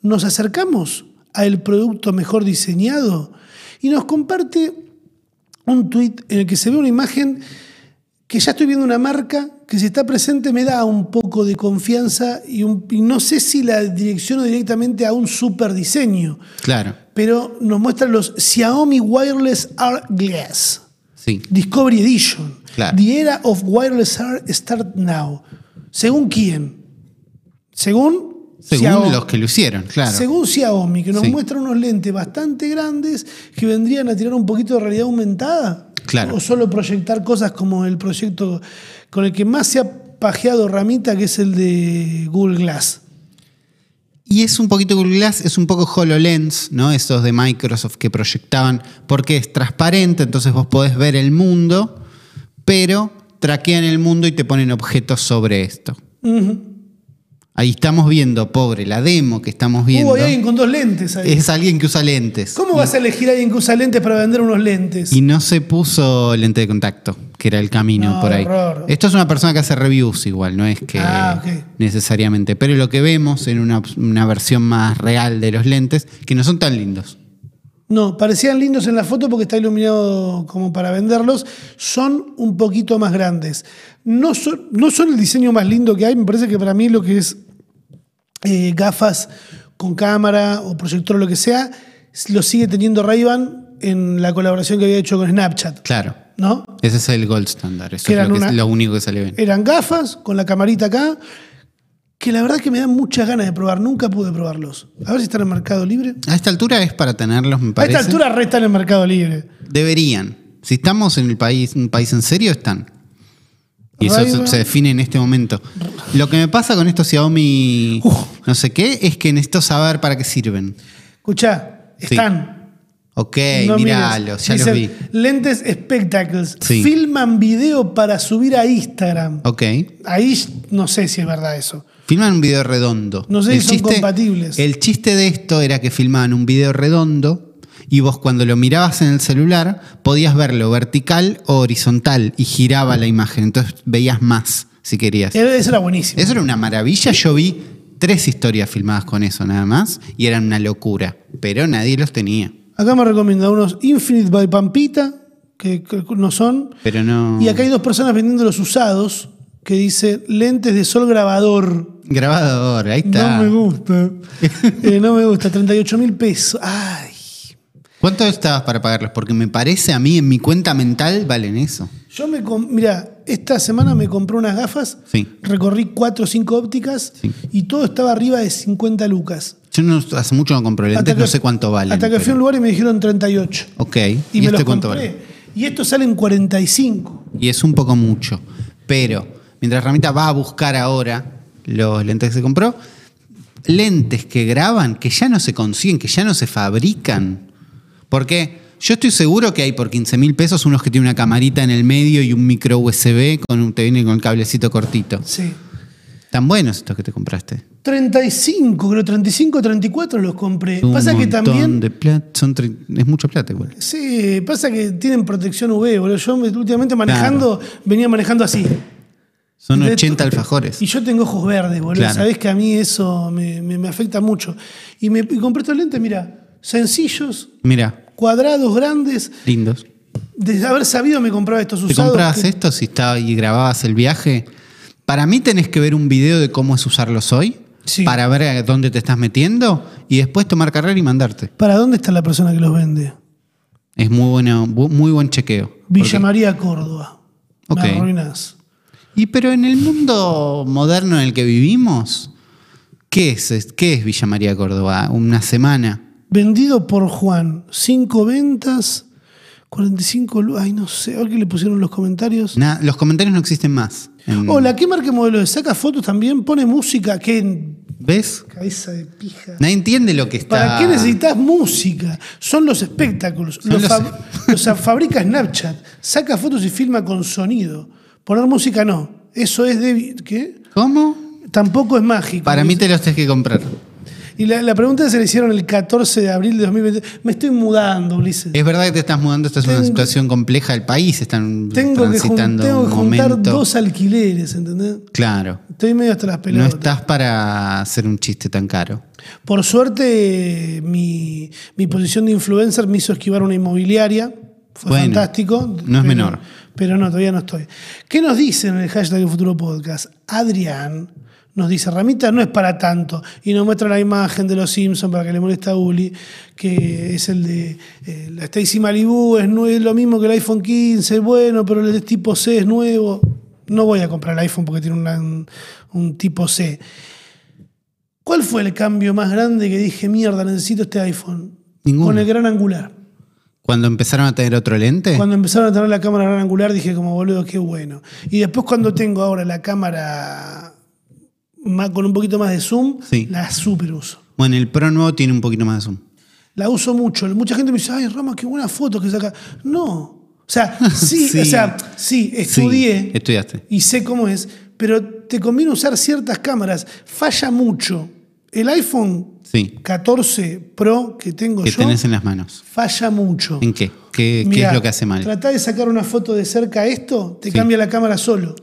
Speaker 1: Nos acercamos al producto mejor diseñado y nos comparte un tuit en el que se ve una imagen que ya estoy viendo una marca que si está presente me da un poco de confianza y, un- y no sé si la direcciono directamente a un super diseño,
Speaker 2: Claro,
Speaker 1: pero nos muestran los Xiaomi Wireless Art Glass.
Speaker 2: sí.
Speaker 1: Discovery Edition.
Speaker 2: Claro.
Speaker 1: The Era of Wireless Art Start Now. ¿Según quién? Según
Speaker 2: Según
Speaker 1: Xiaomi.
Speaker 2: los que lo hicieron, claro.
Speaker 1: Según Xiaomi, que nos
Speaker 2: Sí.
Speaker 1: muestra unos lentes bastante grandes que vendrían a tirar un poquito de realidad aumentada.
Speaker 2: Claro.
Speaker 1: O solo proyectar cosas como el proyecto con el que más se ha pajeado Ramita, que es el de Google Glass.
Speaker 2: Y es un poquito Google Glass, es un poco HoloLens, ¿no? Estos de Microsoft que proyectaban, porque es transparente, entonces vos podés ver el mundo, pero traquean el mundo y te ponen objetos sobre esto. Ahí estamos viendo, pobre, la demo que estamos viendo.
Speaker 1: Hubo alguien con dos lentes ahí.
Speaker 2: es alguien que usa lentes.
Speaker 1: ¿Cómo vas a elegir a alguien que usa lentes para vender unos lentes?
Speaker 2: Y no se puso lente de contacto, que era el camino
Speaker 1: No,
Speaker 2: por ahí.
Speaker 1: horror.
Speaker 2: Esto es una persona que hace reviews igual, no es que
Speaker 1: Ah, ok.
Speaker 2: necesariamente. Pero lo que vemos en una, una versión más real de los lentes, que no son tan lindos.
Speaker 1: No, parecían lindos en la foto porque está iluminado como para venderlos. Son un poquito más grandes. No son, no son el diseño más lindo que hay. Me parece que para mí lo que es eh, gafas con cámara o proyector o lo que sea, lo sigue teniendo Ray-Ban en la colaboración que había hecho con Snapchat.
Speaker 2: Claro.
Speaker 1: ¿No?
Speaker 2: Ese es el gold standard. Eso
Speaker 1: Que
Speaker 2: es
Speaker 1: eran
Speaker 2: lo, que-
Speaker 1: una-
Speaker 2: lo único que sale bien.
Speaker 1: Eran gafas con la camarita acá, que la verdad que me dan muchas ganas de probar. Nunca pude probarlos. A ver si están en Mercado Libre.
Speaker 2: A esta altura es para tenerlos, me
Speaker 1: A
Speaker 2: parece.
Speaker 1: esta altura re están en Mercado Libre.
Speaker 2: Deberían. Si estamos en el país, un país en serio, están. Y eso
Speaker 1: Ray-Ban.
Speaker 2: se, se define en este momento. Lo que me pasa con estos Xiaomi
Speaker 1: Uf.
Speaker 2: no sé qué es que necesito saber para qué sirven.
Speaker 1: Escuchá,
Speaker 2: Sí.
Speaker 1: están.
Speaker 2: Ok,
Speaker 1: no mires.
Speaker 2: miralos, ya
Speaker 1: Dicen,
Speaker 2: los vi.
Speaker 1: Lentes Spectacles.
Speaker 2: Sí.
Speaker 1: Filman video para subir a Instagram.
Speaker 2: Ok.
Speaker 1: Ahí no sé si es verdad eso.
Speaker 2: Filman un video redondo.
Speaker 1: No sé si son compatibles.
Speaker 2: El chiste de esto era que filmaban un video redondo y vos cuando lo mirabas en el celular podías verlo vertical o horizontal y giraba la imagen. Entonces veías más si querías.
Speaker 1: Era- Eso Eh, era buenísimo.
Speaker 2: Eso era una maravilla. Yo vi tres historias filmadas con eso nada más y eran una locura. Pero nadie los tenía.
Speaker 1: Acá me recomienda unos Infinite by Pampita, que, que no son.
Speaker 2: Pero no.
Speaker 1: Y acá hay dos personas vendiendo los usados que dice lentes de sol grabador.
Speaker 2: Grabador, ahí está.
Speaker 1: No me gusta. Eh, no me gusta. 38 mil pesos. Ay.
Speaker 2: ¿Cuánto estabas para pagarlos? Porque me parece a mí en mi cuenta mental valen eso.
Speaker 1: Yo me. Mira, esta semana me compré unas gafas.
Speaker 2: Sí.
Speaker 1: Recorrí 4 o 5 ópticas
Speaker 2: Sí.
Speaker 1: y todo estaba arriba de 50 lucas.
Speaker 2: Yo no, hace mucho no compro lentes,
Speaker 1: Hasta que-
Speaker 2: no sé cuánto valen.
Speaker 1: Hasta que fui a un
Speaker 2: pero-
Speaker 1: lugar y me dijeron 38.
Speaker 2: Ok,
Speaker 1: Y,
Speaker 2: ¿y,
Speaker 1: me
Speaker 2: este
Speaker 1: los
Speaker 2: cuánto
Speaker 1: compré.
Speaker 2: vale?
Speaker 1: Y estos salen 45.
Speaker 2: Y es un poco mucho. Pero mientras Ramita va a buscar ahora los lentes que se compró, lentes que graban, que ya no se consiguen, que ya no se fabrican. Porque yo estoy seguro que hay por 15 mil pesos unos que tienen una camarita en el medio y un micro USB, con un, te viene con el cablecito cortito.
Speaker 1: Sí.
Speaker 2: Tan buenos estos que te compraste.
Speaker 1: 35, creo 35, 34 los compré.
Speaker 2: Un
Speaker 1: pasa que
Speaker 2: montón
Speaker 1: también.
Speaker 2: de plata, son tre- es mucha plata igual.
Speaker 1: Sí, pasa que tienen protección UV, boludo. Yo me- últimamente manejando, venía manejando así.
Speaker 2: Son
Speaker 1: De-
Speaker 2: 80 alfajores.
Speaker 1: Y yo tengo ojos verdes, boludo.
Speaker 2: Claro.
Speaker 1: Sabés que a mí eso me, me- me afecta mucho. Y me y compré estos lentes, mira, sencillos,
Speaker 2: Mira,
Speaker 1: cuadrados, grandes.
Speaker 2: lindos.
Speaker 1: De haber sabido me compraba estos
Speaker 2: Te eh?
Speaker 1: usados.
Speaker 2: comprabas
Speaker 1: que-
Speaker 2: esto si estaba y grababas el viaje. Para mí tenés que ver un video de cómo es usarlos hoy
Speaker 1: Sí.
Speaker 2: para ver a dónde te estás metiendo y después tomar carrera y mandarte.
Speaker 1: ¿Para dónde está la persona que los vende?
Speaker 2: Es muy bueno, bu- muy buen chequeo.
Speaker 1: Villa
Speaker 2: Porque-
Speaker 1: María, Córdoba.
Speaker 2: Ok.
Speaker 1: Me arruinás.
Speaker 2: Y pero en el mundo moderno en el que vivimos, ¿qué es, es- qué es Villa María Córdoba? Una semana.
Speaker 1: Vendido por Juan. Cinco ventas, 45 lu- Ay, no sé. A ver qué le pusieron los comentarios.
Speaker 2: Na- los comentarios no existen más. En-
Speaker 1: Hola, ¿qué marca y modelo es? Saca fotos también, pone música. ¿Qué
Speaker 2: ¿Ves?
Speaker 1: cabeza de pija?
Speaker 2: Nadie entiende lo que está.
Speaker 1: ¿Para qué necesitas música? Son los espectáculos.
Speaker 2: Son
Speaker 1: los
Speaker 2: los-
Speaker 1: fab- los a- fabrica Snapchat. Saca fotos y filma con sonido. Poner música no. Eso es de. ¿Qué?
Speaker 2: ¿Cómo?
Speaker 1: Tampoco es mágico.
Speaker 2: Para mí te los tenés que comprar.
Speaker 1: Y la, la pregunta se le hicieron el 14 de abril de 2020. Me estoy mudando, Ulises.
Speaker 2: Es verdad que te estás mudando, esta es una
Speaker 1: Tengo-
Speaker 2: situación compleja del país, están
Speaker 1: tengo, que jun-
Speaker 2: transitando
Speaker 1: tengo
Speaker 2: un
Speaker 1: que juntar
Speaker 2: momento.
Speaker 1: dos alquileres, ¿entendés?
Speaker 2: Claro,
Speaker 1: Estoy medio hasta las
Speaker 2: no
Speaker 1: pelotas.
Speaker 2: estás para hacer un chiste tan caro.
Speaker 1: Por suerte, mi, mi posición de influencer me hizo esquivar una inmobiliaria. Fue
Speaker 2: Bueno,
Speaker 1: fantástico.
Speaker 2: no es
Speaker 1: pero-
Speaker 2: menor.
Speaker 1: Pero no, todavía no estoy. ¿Qué nos dicen en el hashtag del futuro podcast? Adrián nos dice, Ramita no es para tanto. Y nos muestra la imagen de los Simpsons para que le moleste a Uli, que es el de eh, la Stacy Malibu, es, nue- es lo mismo que el iPhone 15, bueno, pero el de tipo C es nuevo. No voy a comprar el iPhone porque tiene una- un tipo C. ¿Cuál fue el cambio más grande que dije, mierda, necesito este iPhone?
Speaker 2: Ninguno.
Speaker 1: Con el gran angular.
Speaker 2: Cuando empezaron a tener otro lente,
Speaker 1: Cuando empezaron a tener la cámara gran angular dije como, boludo, qué bueno. Y después cuando tengo ahora la cámara ma- con un poquito más de zoom,
Speaker 2: Sí.
Speaker 1: la super uso.
Speaker 2: bueno, el Pro nuevo tiene un poquito más de zoom.
Speaker 1: La uso mucho. Mucha gente me dice, ay, Rama, qué buena foto que saca. No. O sea, sí,
Speaker 2: Sí.
Speaker 1: o sea, sí,
Speaker 2: Sí,
Speaker 1: estudié
Speaker 2: estudiaste.
Speaker 1: y sé cómo es, pero te conviene usar ciertas cámaras. Falla mucho. El iPhone
Speaker 2: Sí,
Speaker 1: 14 Pro que tengo
Speaker 2: que
Speaker 1: yo
Speaker 2: tenés en las manos.
Speaker 1: falla mucho.
Speaker 2: ¿En qué? ¿Qué, qué
Speaker 1: Mirá,
Speaker 2: es lo que hace mal?
Speaker 1: Tratá de sacar una foto de cerca a esto, te
Speaker 2: Sí.
Speaker 1: cambia la cámara solo.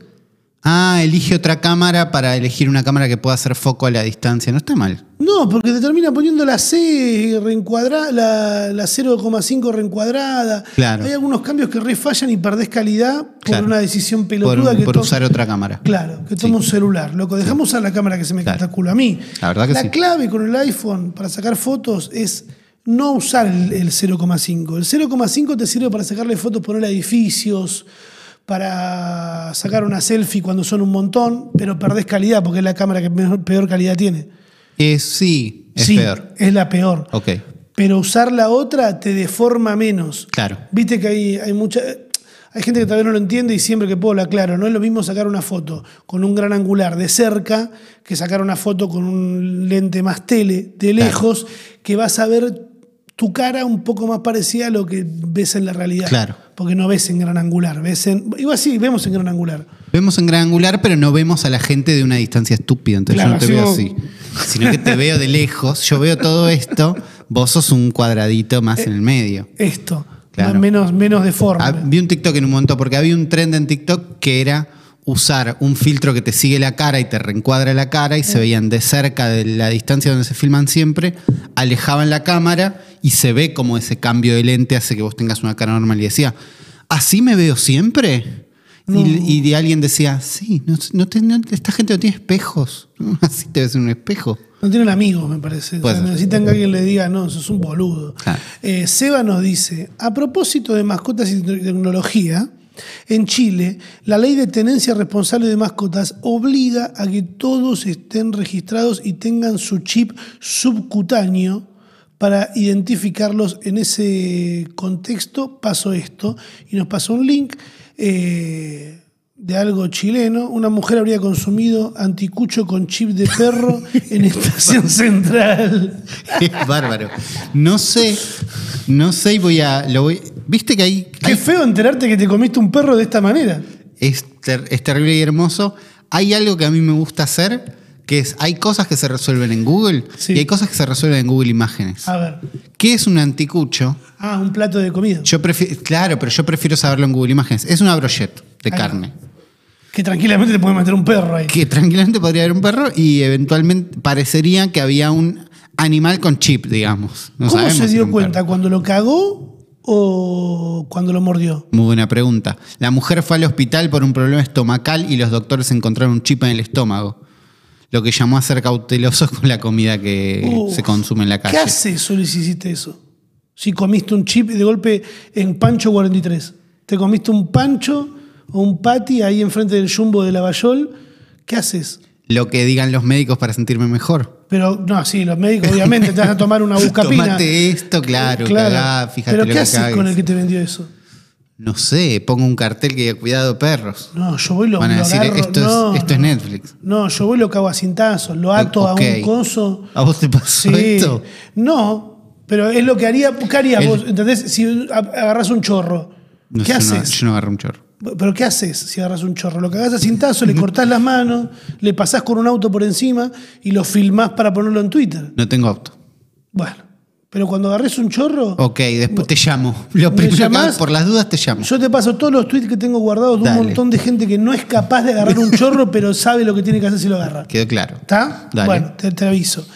Speaker 2: Ah, elige otra cámara para elegir una cámara que pueda hacer foco a la distancia. No está mal.
Speaker 1: No, porque te termina poniendo la C reencuadrada, la, la 0,5 reencuadrada.
Speaker 2: Claro.
Speaker 1: Hay algunos cambios que refallan y perdés calidad por
Speaker 2: Claro.
Speaker 1: una decisión
Speaker 2: Por,
Speaker 1: pelotuda que
Speaker 2: por
Speaker 1: to-
Speaker 2: usar otra cámara.
Speaker 1: Claro, que toma un celular. Loco, dejamos usar la cámara que se me
Speaker 2: Claro.
Speaker 1: canta el culo a mí.
Speaker 2: La verdad que sí.
Speaker 1: clave con el iPhone para sacar fotos es no usar el, el 0,5. El 0,5 te sirve para sacarle fotos, poner a edificios, para sacar una selfie cuando son un montón, pero perdés calidad porque es la cámara que mejor- peor calidad tiene.
Speaker 2: Eh, sí, es
Speaker 1: sí,
Speaker 2: peor.
Speaker 1: es la peor.
Speaker 2: Ok,
Speaker 1: Pero usar la otra te deforma menos.
Speaker 2: claro.
Speaker 1: Viste que hay, hay mucha. Hay gente que todavía no lo entiende y siempre que puedo lo aclaro. No es lo mismo sacar una foto con un gran angular de cerca que sacar una foto con un lente más tele de lejos, que vas a ver tu cara un poco más parecida a lo que ves en la realidad.
Speaker 2: Claro.
Speaker 1: Porque no ves en gran angular, ves en. Igual sí, vemos en gran angular.
Speaker 2: Vemos en gran angular, pero no vemos a la gente de una distancia estúpida. Entonces
Speaker 1: Claro,
Speaker 2: yo no te
Speaker 1: así
Speaker 2: veo
Speaker 1: vos-
Speaker 2: así. Sino que te veo de lejos. Yo veo todo esto. Vos sos un cuadradito
Speaker 1: Eh,
Speaker 2: más en el medio.
Speaker 1: Esto.
Speaker 2: Claro.
Speaker 1: más- Menos, menos deforme.
Speaker 2: Ah, vi un TikTok en un momento, porque había un trend en TikTok que era usar un filtro que te sigue la cara y te reencuadra la cara y se veían de cerca de la distancia donde se filman siempre, alejaban la cámara y se ve como ese cambio de lente hace que vos tengas una cara normal. Y decía, ¿así me veo siempre? Y- Y, de alguien decía, sí, no, no te- no- esta gente no tiene espejos. Así te ves en un espejo.
Speaker 1: No tienen amigos, me parece. O sea,
Speaker 2: Puede ser.
Speaker 1: necesitan que alguien le diga, no, sos un boludo.
Speaker 2: Claro.
Speaker 1: Eh, Seba nos dice, a propósito de mascotas y te- tecnología, en Chile, la ley de tenencia responsable de mascotas obliga a que todos estén registrados y tengan su chip subcutáneo para identificarlos en ese contexto. Pasó esto y nos pasó un link. eh, de algo chileno, una mujer habría consumido anticucho con chip de perro en estación central.
Speaker 2: Es bárbaro. No sé, no sé y voy a... Lo voy, Viste que hay... hay
Speaker 1: Qué feo enterarte que te comiste un perro de esta manera.
Speaker 2: es, ter- es terrible y hermoso. Hay algo que a mí me gusta hacer, que es, hay cosas que se resuelven en Google
Speaker 1: Sí. Ah.
Speaker 2: y hay cosas que se resuelven en Google Imágenes.
Speaker 1: A ver.
Speaker 2: ¿Qué es un anticucho?
Speaker 1: Ah, un plato de comida.
Speaker 2: Yo prefiero, claro, pero yo prefiero saberlo en Google Imágenes. Es una brochette
Speaker 1: Ahí
Speaker 2: de
Speaker 1: va.
Speaker 2: carne.
Speaker 1: Que tranquilamente te puede matar un perro ahí.
Speaker 2: Que tranquilamente podría haber un perro y eventualmente parecería que había un animal con chip, digamos. No
Speaker 1: ¿Cómo
Speaker 2: sabemos
Speaker 1: se
Speaker 2: si era
Speaker 1: dio
Speaker 2: un
Speaker 1: cuenta?
Speaker 2: perro.
Speaker 1: ¿Cuando lo cagó o cuando lo mordió?
Speaker 2: Muy buena pregunta. La mujer fue al hospital por un problema estomacal y los doctores encontraron un chip en el estómago. Lo que llamó a ser cautelosos con la comida que
Speaker 1: Uf,
Speaker 2: se consume en la calle.
Speaker 1: ¿Qué hace solo si hiciste eso? Si comiste un chip de golpe en Pancho 43. Te comiste un pancho o un patty ahí enfrente del jumbo de Lavallol. ¿Qué haces?
Speaker 2: Lo que digan los médicos para sentirme mejor.
Speaker 1: Pero no, sí, los médicos obviamente te vas a tomar una buscapina.
Speaker 2: Tomate esto, claro, cagá, fíjate
Speaker 1: Pero
Speaker 2: lo
Speaker 1: ¿qué
Speaker 2: que
Speaker 1: haces
Speaker 2: cagues.
Speaker 1: con el que te vendió eso?
Speaker 2: No sé, pongo un cartel que diga cuidado perros.
Speaker 1: No, yo voy y lo,
Speaker 2: Van a
Speaker 1: lo
Speaker 2: decir,
Speaker 1: agarro.
Speaker 2: esto,
Speaker 1: no,
Speaker 2: es, esto es
Speaker 1: no.
Speaker 2: Netflix.
Speaker 1: No, yo voy y lo cago a cintazos, lo ato a
Speaker 2: Ok.
Speaker 1: un coso.
Speaker 2: ¿A vos te pasó
Speaker 1: Sí.
Speaker 2: esto?
Speaker 1: No, pero es lo que haría, ¿qué harías
Speaker 2: El-
Speaker 1: vos? ¿Entendés? Si a- agarrás un chorro,
Speaker 2: No
Speaker 1: ¿qué
Speaker 2: sé, no-
Speaker 1: haces?
Speaker 2: yo no agarro un chorro.
Speaker 1: ¿Pero qué haces si agarras un chorro? Lo cagás a cintazo, le cortás las manos, le pasás con un auto por encima y lo filmás para ponerlo en Twitter.
Speaker 2: No tengo auto.
Speaker 1: Bueno, pero cuando agarres un chorro,
Speaker 2: Ok, después te llamo. Lo
Speaker 1: ¿Me
Speaker 2: primero que hago,
Speaker 1: llamás?
Speaker 2: por las dudas te llamo.
Speaker 1: Yo te paso todos los tweets que tengo guardados de
Speaker 2: Dale.
Speaker 1: un montón de gente que no es capaz de agarrar un chorro, pero sabe lo que tiene que hacer si lo agarra.
Speaker 2: Quedó claro.
Speaker 1: ¿Está?
Speaker 2: Dale.
Speaker 1: Bueno, te, te aviso.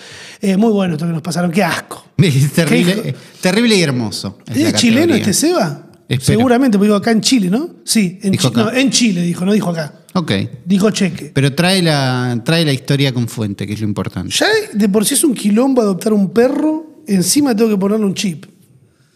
Speaker 1: Eh, muy bueno esto que nos pasaron. Qué asco.
Speaker 2: Es
Speaker 1: ¿Qué
Speaker 2: terrible,
Speaker 1: hijo?
Speaker 2: terrible y hermoso.
Speaker 1: ¿Es,
Speaker 2: la
Speaker 1: chileno
Speaker 2: categoría.
Speaker 1: este Seba?
Speaker 2: Espero.
Speaker 1: Seguramente, porque digo acá en Chile, ¿no? Sí, en,
Speaker 2: Dijo
Speaker 1: Chi- no,
Speaker 2: acá.
Speaker 1: en Chile dijo, no dijo acá.
Speaker 2: Ok.
Speaker 1: Dijo cheque.
Speaker 2: Pero trae la, trae la historia con fuente, que es lo importante.
Speaker 1: Ya de- de por sí es un quilombo adoptar un perro, encima tengo que ponerle un chip.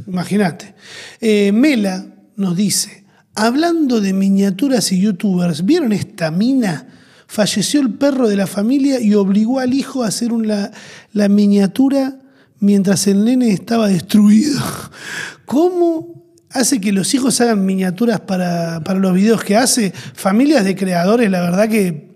Speaker 1: Imagínate. Eh, Mela nos dice, hablando de miniaturas y youtubers, ¿vieron esta mina? Falleció el perro de la familia y obligó al hijo a hacer un la, la miniatura mientras el nene estaba destruido. ¿Cómo hace que los hijos hagan miniaturas para, para los videos que hace? Familias de creadores, la verdad que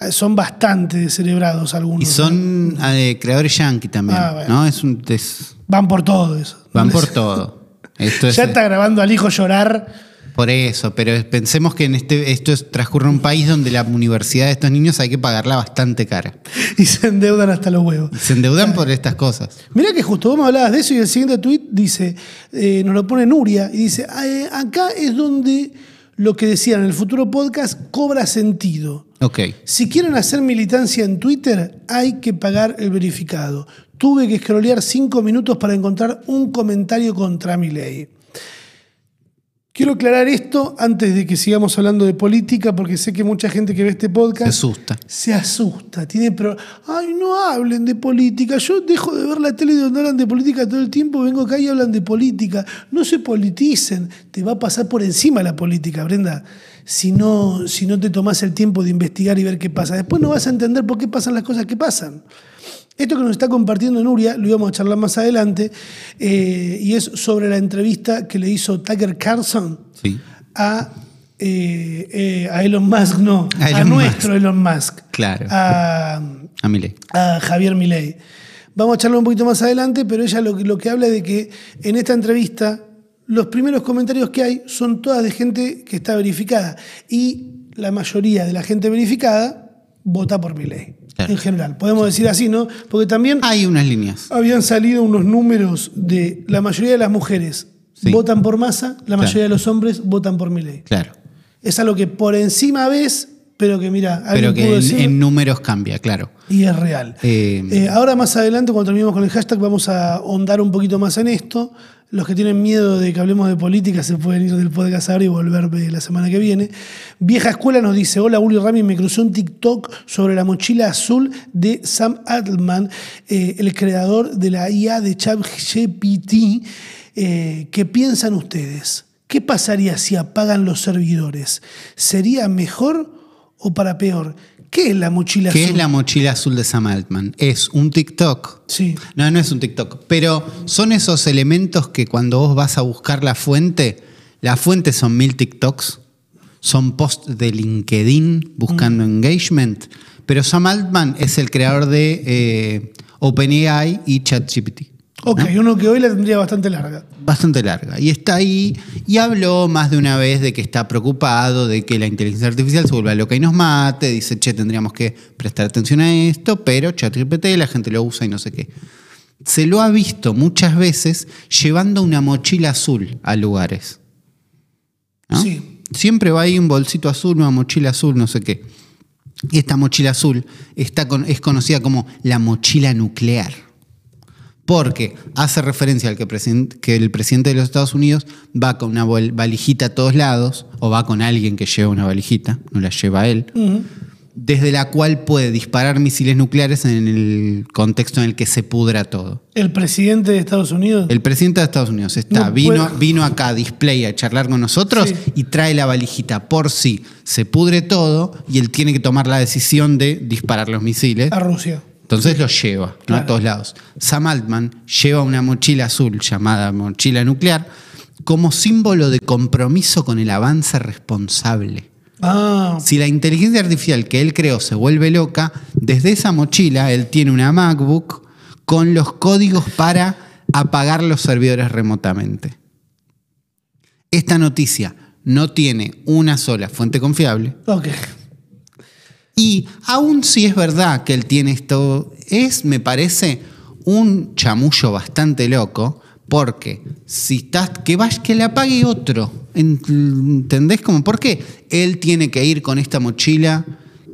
Speaker 1: eh, son bastante descerebrados algunos.
Speaker 2: Y son eh, creadores yankee también.
Speaker 1: Ah, bueno.
Speaker 2: ¿no? Es un, es-
Speaker 1: Van por todo eso.
Speaker 2: van por todo. Esto es,
Speaker 1: Ya está grabando al hijo llorar.
Speaker 2: Por eso, pero pensemos que en este, esto es- transcurre en un país donde la universidad de estos niños hay que pagarla bastante cara.
Speaker 1: y se endeudan hasta los huevos.
Speaker 2: Se endeudan por estas cosas.
Speaker 1: Mirá que justo vos me hablabas de eso y el siguiente tuit dice, eh, nos lo pone Nuria y dice, "Ah, eh, acá es donde lo que decían en el futuro podcast cobra sentido.
Speaker 2: Ok.
Speaker 1: Si quieren hacer militancia en Twitter, hay que pagar el verificado. Tuve que scrollear cinco minutos para encontrar un comentario contra mi ley. Quiero aclarar esto antes de que sigamos hablando de política, porque sé que mucha gente que ve este
Speaker 2: Se
Speaker 1: podcast
Speaker 2: asusta.
Speaker 1: se asusta, tiene pro... Ay, no hablen de política. Yo dejo de ver la tele donde hablan de política todo el tiempo, vengo acá y hablan de política. No se politicen, te va a pasar por encima la política, Brenda. Si no, si no te tomás el tiempo de investigar y ver qué pasa. Después no vas a entender por qué pasan las cosas que pasan. Esto que nos está compartiendo Nuria, lo íbamos a charlar más adelante, eh, y es sobre la entrevista que le hizo Tucker Carlson
Speaker 2: Sí.
Speaker 1: a, eh, eh, a Elon Musk, no,
Speaker 2: A
Speaker 1: a,
Speaker 2: Elon
Speaker 1: nuestro
Speaker 2: Musk.
Speaker 1: Elon Musk.
Speaker 2: Claro.
Speaker 1: A,
Speaker 2: A Milei.
Speaker 1: a Javier Milei. Vamos a charlar un poquito más adelante, pero ella lo, que- lo que habla es de que en esta entrevista los primeros comentarios que hay son todas de gente que está verificada y la mayoría de la gente verificada vota por Milei.
Speaker 2: Claro. Ah.
Speaker 1: En general, podemos decir así, ¿no? Porque también
Speaker 2: Hay unas líneas.
Speaker 1: habían salido unos números de la mayoría de las mujeres
Speaker 2: Sí.
Speaker 1: votan por Massa, la mayoría de los hombres votan por Milei.
Speaker 2: Claro.
Speaker 1: Es algo que por encima ves, pero que mira, alguien
Speaker 2: Pero que
Speaker 1: pudo
Speaker 2: en-
Speaker 1: decir-
Speaker 2: en números cambia, claro.
Speaker 1: y es real.
Speaker 2: Eh,
Speaker 1: Eh, ahora más adelante, cuando terminemos con el hashtag, vamos a ahondar un poquito más en esto. Los que tienen miedo de que hablemos de política se pueden ir del podcast ahora y volver eh, la semana que viene. Vieja Escuela nos dice, hola Uli Rami, me cruzó un TikTok sobre la mochila azul de Sam Altman, eh, el creador de la IA de ChatGPT. Eh, ¿Qué piensan ustedes? ¿Qué pasaría si apagan los servidores? ¿Sería mejor o para peor? ¿Qué es la mochila
Speaker 2: ¿Qué
Speaker 1: azul?
Speaker 2: es la mochila azul de Sam Altman? Es un TikTok.
Speaker 1: Sí.
Speaker 2: No, no es un TikTok. Pero son esos elementos que cuando vos vas a buscar la fuente, la fuente son mil TikToks, son posts de LinkedIn buscando engagement. Pero Sam Altman es el creador de eh, OpenAI y ChatGPT.
Speaker 1: Ok, uno que hoy la tendría bastante larga.
Speaker 2: bastante larga. Y está ahí y habló más de una vez de que está preocupado, de que la inteligencia artificial se vuelva loca y nos mate. Dice, che, tendríamos que prestar atención a esto, pero ChatGPT la gente lo usa y no sé qué. Se lo ha visto muchas veces llevando una mochila azul a lugares. ¿no?
Speaker 1: Sí.
Speaker 2: Siempre va ahí un bolsito azul, una mochila azul, no sé qué. Y esta mochila azul está con- es conocida como la mochila nuclear. Porque hace referencia al que, presen- que el presidente de los Estados Unidos va con una vol- valijita a todos lados, o va con alguien que lleva una valijita, no la lleva él, desde la cual puede disparar misiles nucleares en el contexto en el que se pudra todo.
Speaker 1: El presidente de Estados Unidos.
Speaker 2: El presidente de Estados Unidos está,
Speaker 1: No
Speaker 2: vino,
Speaker 1: puedo.
Speaker 2: vino acá a display a charlar con nosotros
Speaker 1: Sí.
Speaker 2: y trae la valijita por si se pudre todo y él tiene que tomar la decisión de disparar los misiles.
Speaker 1: A Rusia.
Speaker 2: Entonces los lleva ¿no?
Speaker 1: Ah. Claro.
Speaker 2: a todos lados. Sam Altman lleva una mochila azul llamada mochila nuclear como símbolo de compromiso con el avance responsable.
Speaker 1: Ah,
Speaker 2: Si la inteligencia artificial que él creó se vuelve loca, desde esa mochila él tiene una MacBook con los códigos para apagar los servidores remotamente. Esta noticia no tiene una sola fuente confiable.
Speaker 1: ok.
Speaker 2: Y aún si es verdad que él tiene esto, es, me parece, un chamullo bastante loco, porque si estás, que vaya, que le apague otro. Ent- ¿Entendés como por qué? Él tiene que ir con esta mochila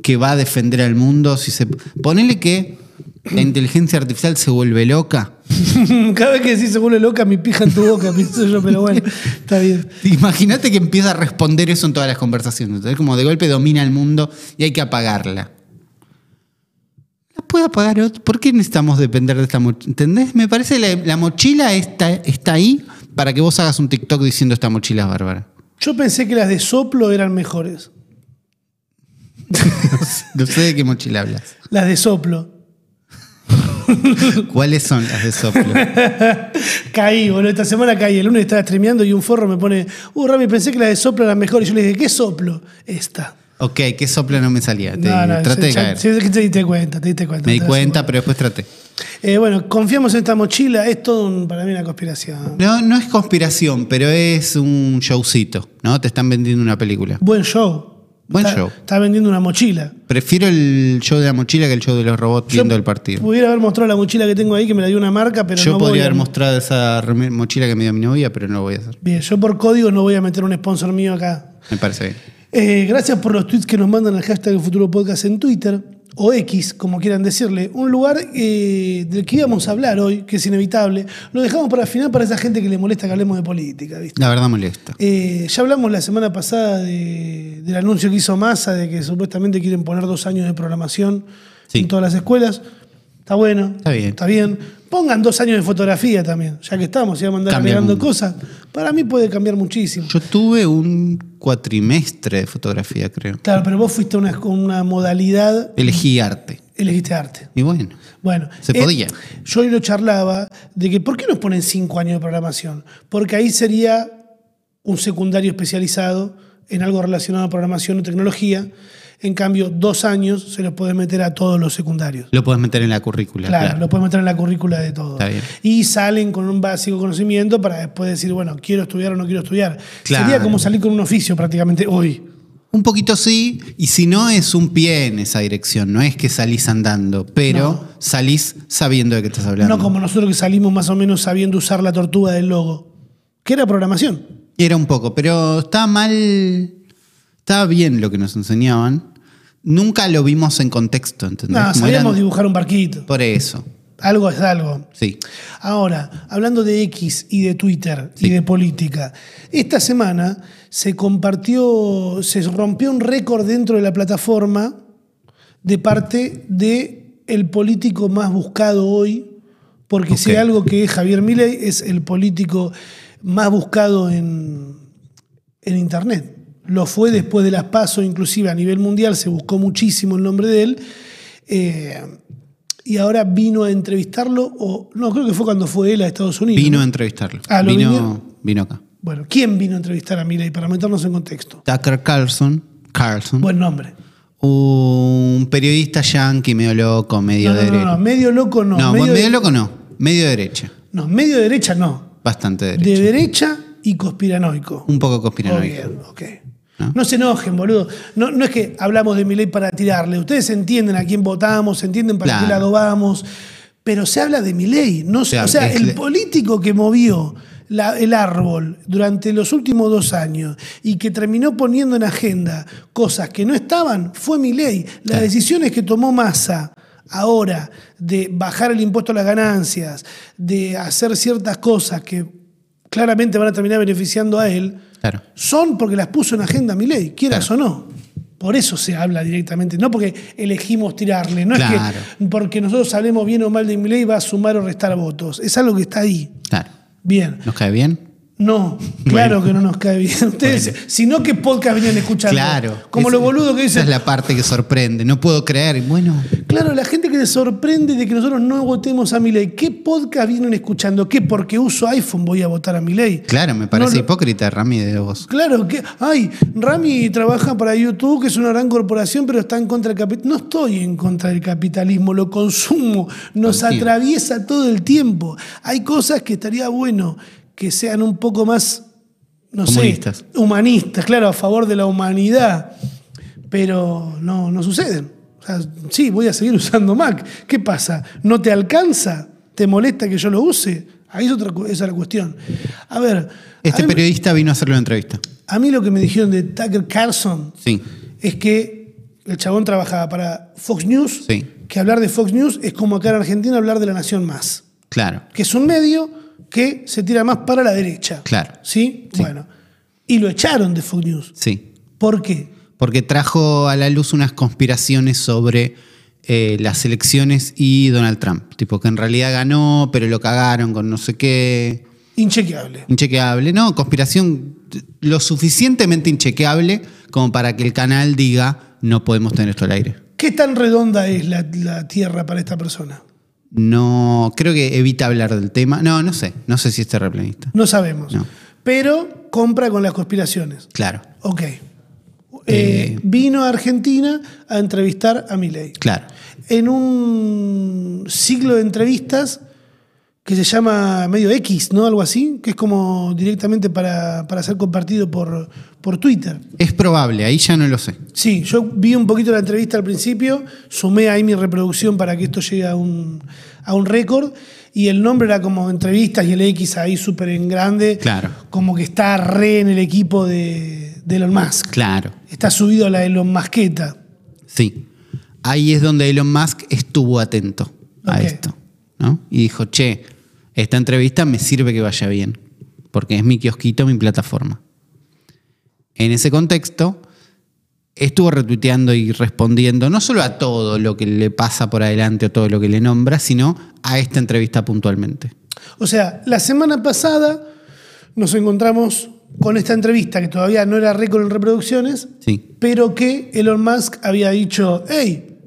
Speaker 2: que va a defender al mundo. Si se, ponele que la inteligencia artificial se vuelve loca.
Speaker 1: Cada vez que decís se vuelve loca, mi pija en tu boca, pienso yo, pero bueno, está bien.
Speaker 2: Imagínate que empieza a responder eso en todas las conversaciones. ¿entendés? Como de golpe domina el mundo y hay que apagarla. ¿La puede apagar otro? ¿Por qué necesitamos depender de esta mochila? ¿Entendés? Me parece la, la mochila está, está ahí para que vos hagas un TikTok diciendo esta mochila es bárbara.
Speaker 1: Yo pensé que las de soplo eran mejores.
Speaker 2: No sé de qué mochila hablas.
Speaker 1: Las de soplo.
Speaker 2: ¿Cuáles son las de soplo?
Speaker 1: Caí, boludo. Esta semana caí. El lunes estaba streameando y un forro me pone, uh, Rami, pensé que las de soplo eran mejores. Y yo le dije, ¿qué soplo? Esta.
Speaker 2: ok, ¿qué soplo no me salía? Te- traté de
Speaker 1: ya-
Speaker 2: caer.
Speaker 1: ya- ya te diste cuenta, te diste cuenta.
Speaker 2: me di
Speaker 1: Te das
Speaker 2: cuenta, pero después traté.
Speaker 1: Eh, bueno, confiamos en esta mochila. Es todo un- para mí una conspiración.
Speaker 2: No, no es conspiración, pero es un showcito, ¿no? Te están vendiendo una película.
Speaker 1: Buen show.
Speaker 2: Buen
Speaker 1: Está-
Speaker 2: show.
Speaker 1: Está vendiendo una mochila.
Speaker 2: Prefiero el show de la mochila que el show de los robots
Speaker 1: Yo
Speaker 2: viendo el partido.
Speaker 1: Pudiera haber mostrado la mochila que tengo ahí, que me la dio una marca, pero
Speaker 2: Yo
Speaker 1: no voy
Speaker 2: podría
Speaker 1: a-
Speaker 2: haber mostrado esa reme- mochila que me dio mi novia, pero no lo voy a hacer.
Speaker 1: Bien, yo por código no voy a meter un sponsor mío acá.
Speaker 2: Me parece bien.
Speaker 1: Eh, gracias por los tweets que nos mandan al hashtag Futuro Podcast en Twitter, o X, como quieran decirle. Un lugar eh, del que íbamos a hablar hoy, que es inevitable, lo dejamos para el final para esa gente que le molesta que hablemos de política, ¿viste?
Speaker 2: La verdad molesta.
Speaker 1: Eh, ya hablamos la semana pasada de- del anuncio que hizo Massa de que supuestamente quieren poner dos años de programación
Speaker 2: Sí.
Speaker 1: en todas las escuelas. Está bueno.
Speaker 2: Está bien.
Speaker 1: Está bien. Pongan dos años de fotografía también, ya que estamos, y a mandar
Speaker 2: Cambia el
Speaker 1: agregando
Speaker 2: mundo.
Speaker 1: cosas. Para mí puede cambiar muchísimo.
Speaker 2: Yo tuve un cuatrimestre de fotografía, creo.
Speaker 1: Claro, pero vos fuiste a una, con una modalidad
Speaker 2: Elegí arte.
Speaker 1: elegiste arte.
Speaker 2: Y bueno,
Speaker 1: Bueno, eh,
Speaker 2: Se podía.
Speaker 1: Yo hoy lo charlaba de que ¿por qué nos ponen cinco años de programación? Porque ahí sería un secundario especializado en algo relacionado a programación o tecnología. En cambio, dos años se los podés meter a todos los secundarios.
Speaker 2: lo puedes meter en la currícula.
Speaker 1: Claro,
Speaker 2: claro.
Speaker 1: lo podés meter en la currícula de todo.
Speaker 2: Está bien.
Speaker 1: Y salen con un básico conocimiento para después decir, bueno, quiero estudiar o no quiero estudiar.
Speaker 2: Claro.
Speaker 1: Sería como salir con un oficio prácticamente hoy.
Speaker 2: Un poquito sí, y si no es un pie en esa dirección, no es que salís andando, pero
Speaker 1: No.
Speaker 2: salís sabiendo de qué estás hablando.
Speaker 1: No como nosotros que salimos más o menos sabiendo usar la tortuga del logo, que era programación.
Speaker 2: Era un poco, pero estaba mal, estaba bien lo que nos enseñaban. Nunca lo vimos en contexto, ¿entendés?
Speaker 1: No,
Speaker 2: Como
Speaker 1: sabíamos
Speaker 2: eran-
Speaker 1: dibujar un barquito.
Speaker 2: Por eso,
Speaker 1: Algo es algo.
Speaker 2: sí.
Speaker 1: Ahora, hablando de X y de Twitter y
Speaker 2: Sí.
Speaker 1: de política, esta semana se compartió, se rompió un récord dentro de la plataforma de parte de el político más buscado hoy, porque si
Speaker 2: Ok.
Speaker 1: hay algo que es Javier Milei es el político más buscado en, en internet. Lo fue después de las PASO, inclusive a nivel mundial, se buscó muchísimo el nombre de él. Eh, y ahora vino a entrevistarlo, o no, creo que fue cuando fue él a Estados Unidos.
Speaker 2: Vino a
Speaker 1: ¿no?
Speaker 2: entrevistarlo.
Speaker 1: Ah, ¿lo
Speaker 2: vino,
Speaker 1: vinieron?
Speaker 2: vino acá.
Speaker 1: Bueno, ¿quién vino a entrevistar a Milei? Para meternos en contexto.
Speaker 2: Tucker Carlson, Carlson,
Speaker 1: Buen nombre.
Speaker 2: un periodista yankee medio loco, medio
Speaker 1: No, no,
Speaker 2: derecho.
Speaker 1: no, no, medio loco no.
Speaker 2: No,
Speaker 1: medio,
Speaker 2: medio
Speaker 1: de-
Speaker 2: loco no, medio derecha,
Speaker 1: No, medio derecha no.
Speaker 2: bastante derecha.
Speaker 1: De derecha y conspiranoico.
Speaker 2: Un poco conspiranoico.
Speaker 1: Muy bien, ok.
Speaker 2: ¿No?
Speaker 1: ¿No? se enojen, boludo. No, no es que hablamos de mi ley para tirarle. Ustedes entienden a quién votamos, entienden para
Speaker 2: Claro.
Speaker 1: qué lado vamos. Pero se habla de mi ley. No, se-
Speaker 2: Claro,
Speaker 1: o sea,
Speaker 2: es
Speaker 1: el
Speaker 2: le-
Speaker 1: político que movió la- el árbol durante los últimos dos años y que terminó poniendo en agenda cosas que no estaban fue mi ley. Las
Speaker 2: Claro.
Speaker 1: decisiones que tomó Massa ahora de bajar el impuesto a las ganancias, de hacer ciertas cosas que claramente van a terminar beneficiando a él,
Speaker 2: Claro.
Speaker 1: son porque las puso en agenda mi ley, quieras
Speaker 2: Claro.
Speaker 1: o no. Por eso se habla directamente, no porque elegimos tirarle, no
Speaker 2: Claro.
Speaker 1: es que porque nosotros hablemos bien o mal de mi ley va a sumar o restar votos. Es algo que está ahí.
Speaker 2: Claro.
Speaker 1: Bien.
Speaker 2: ¿Nos cae bien?
Speaker 1: No, claro que no nos cae bien. Ustedes,
Speaker 2: Bueno.
Speaker 1: sino que podcast venían escuchando.
Speaker 2: Claro.
Speaker 1: Como
Speaker 2: Esa-
Speaker 1: los boludos que
Speaker 2: Esa es
Speaker 1: dicen.
Speaker 2: la parte que sorprende. No puedo creer. Bueno,
Speaker 1: Claro, la gente que se sorprende de que nosotros no votemos a mi ley. ¿Qué podcast vienen escuchando? ¿Qué? Porque uso iPhone voy a votar a mi ley.
Speaker 2: claro, me parece
Speaker 1: No, no.
Speaker 2: hipócrita, Rami, de vos.
Speaker 1: Claro que. Ay, Rami trabaja para YouTube, que es una gran corporación, pero está en contra del capitalismo. No estoy en contra del capitalismo, lo consumo, nos
Speaker 2: Todo el tiempo.
Speaker 1: atraviesa todo el tiempo. Hay cosas que estaría bueno que sean un poco más. No
Speaker 2: Humanistas.
Speaker 1: sé. Humanistas, claro, a favor de la humanidad. Pero no, no suceden. O sea, sí, voy a seguir usando Mac. ¿Qué pasa? ¿No te alcanza? ¿Te molesta que yo lo use? Ahí es otra cu- esa es la cuestión. A ver.
Speaker 2: Este
Speaker 1: a mí-
Speaker 2: periodista vino a hacerle una entrevista.
Speaker 1: a mí lo que me dijeron de Tucker Carlson
Speaker 2: Sí.
Speaker 1: es que el chabón trabajaba para Fox News,
Speaker 2: Sí.
Speaker 1: que hablar de Fox News es como acá en Argentina hablar de La Nación Más,
Speaker 2: Claro.
Speaker 1: que es un medio que se tira más para la derecha.
Speaker 2: Claro.
Speaker 1: ¿Sí?
Speaker 2: Sí.
Speaker 1: Bueno. Y lo echaron de Fox News.
Speaker 2: Sí.
Speaker 1: ¿Por qué?
Speaker 2: Porque trajo a la luz unas conspiraciones sobre eh, las elecciones y Donald Trump. Tipo, que en realidad ganó, pero lo cagaron con no sé qué.
Speaker 1: Inchequeable.
Speaker 2: Inchequeable. No, conspiración lo suficientemente inchequeable como para que el canal diga no podemos tener esto al aire.
Speaker 1: ¿Qué tan redonda es la, la tierra para esta persona?
Speaker 2: No, creo que evita hablar del tema. No, no sé. No sé si es terraplanista.
Speaker 1: No sabemos.
Speaker 2: No.
Speaker 1: Pero compra con las conspiraciones.
Speaker 2: Claro,
Speaker 1: Ok. Eh, vino a Argentina a entrevistar a Milei.
Speaker 2: claro.
Speaker 1: en un ciclo de entrevistas que se llama medio X, ¿no? Algo así, que es como directamente para, para ser compartido por, por Twitter.
Speaker 2: Es probable, ahí ya no lo sé.
Speaker 1: Sí, yo vi un poquito la entrevista al principio, sumé ahí mi reproducción para que esto llegue a un, a un récord, y el nombre era como entrevistas y el X ahí súper en grande,
Speaker 2: Claro.
Speaker 1: como que está re en el equipo de, de Elon Musk.
Speaker 2: Claro,
Speaker 1: Está subido a la Elon Musketa.
Speaker 2: sí. Ahí es donde Elon Musk estuvo atento a
Speaker 1: Ok.
Speaker 2: esto, ¿no? Y dijo, che, esta entrevista me sirve que vaya bien, porque es mi kiosquito, mi plataforma. En ese contexto, estuvo retuiteando y respondiendo no solo a todo lo que le pasa por adelante o todo lo que le nombra, sino a esta entrevista puntualmente.
Speaker 1: O sea, la semana pasada nos encontramos con esta entrevista que todavía no era récord en reproducciones,
Speaker 2: Sí,
Speaker 1: pero que Elon Musk había dicho, hey,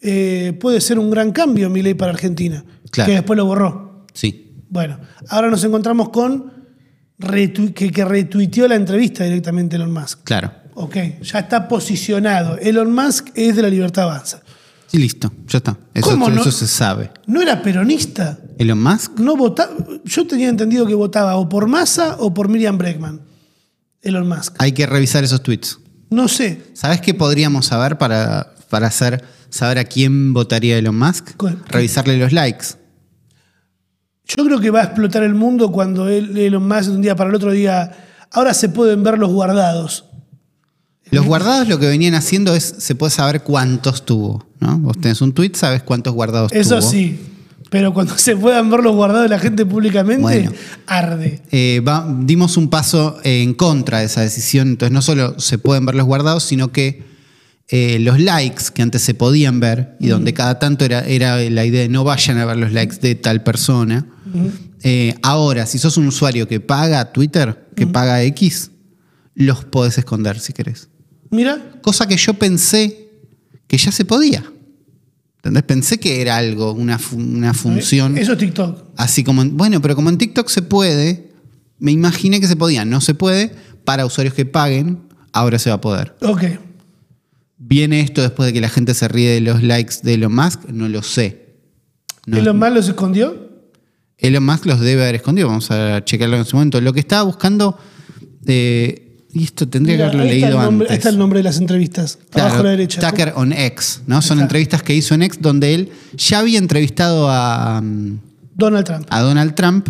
Speaker 1: eh, puede ser un gran cambio mi ley para Argentina,
Speaker 2: Claro.
Speaker 1: que después lo borró.
Speaker 2: Sí.
Speaker 1: Bueno, ahora nos encontramos con retu- que, que retuiteó la entrevista directamente Elon Musk.
Speaker 2: Claro.
Speaker 1: Ok, ya está posicionado. Elon Musk es de la libertad avanza.
Speaker 2: Y listo, ya está. Eso,
Speaker 1: ¿Cómo no?
Speaker 2: eso se sabe.
Speaker 1: No era peronista.
Speaker 2: Elon Musk,
Speaker 1: No vota- Yo tenía entendido que votaba o por Massa o por Miriam Bregman. Elon Musk.
Speaker 2: hay que revisar esos tweets.
Speaker 1: No sé.
Speaker 2: ¿Sabes qué podríamos saber para, para hacer saber a quién votaría Elon Musk?
Speaker 1: ¿Cuál?
Speaker 2: Revisarle los likes.
Speaker 1: Yo creo que va a explotar el mundo cuando él- Elon Musk de un día para el otro diga, ahora se pueden ver los guardados.
Speaker 2: Los guardados lo que venían haciendo es, se puede saber cuántos tuvo, ¿no? Vos tenés un tweet, sabes cuántos guardados tuvo.
Speaker 1: Eso sí. Pero cuando se puedan ver los guardados de la gente públicamente,
Speaker 2: Bueno.
Speaker 1: arde.
Speaker 2: Eh, va- dimos un paso eh, en contra de esa decisión, entonces no solo se pueden ver los guardados, sino que eh, los likes que antes se podían ver y donde cada tanto era, era la idea de no vayan a ver los likes de tal persona. Eh, ahora, si sos un usuario que paga Twitter, que paga X, los podés esconder si querés.
Speaker 1: Mira,
Speaker 2: Cosa que yo pensé que ya se podía. ¿Entendés? Pensé que era algo, una, fu- una función.
Speaker 1: eso es TikTok.
Speaker 2: Así como, en- bueno, pero como en TikTok se puede, me imaginé que se podía, no se puede, para usuarios que paguen, ahora se va a poder.
Speaker 1: Ok.
Speaker 2: ¿Viene esto después de que la gente se ríe de los likes de Elon Musk? No lo sé. No-
Speaker 1: ¿Elon Musk los escondió?
Speaker 2: Elon Musk los debe haber escondido, vamos a checarlo en su momento. Lo que estaba buscando, eh, y esto tendría
Speaker 1: Mira,
Speaker 2: que haberlo
Speaker 1: ahí está
Speaker 2: leído
Speaker 1: el nombre- ahí
Speaker 2: antes.
Speaker 1: está el nombre de las entrevistas.
Speaker 2: Claro,
Speaker 1: abajo a la derecha.
Speaker 2: Tucker on X, ¿no? Son
Speaker 1: Exacto.
Speaker 2: entrevistas que hizo en X donde él ya había entrevistado a, um,
Speaker 1: Donald Trump.
Speaker 2: a Donald Trump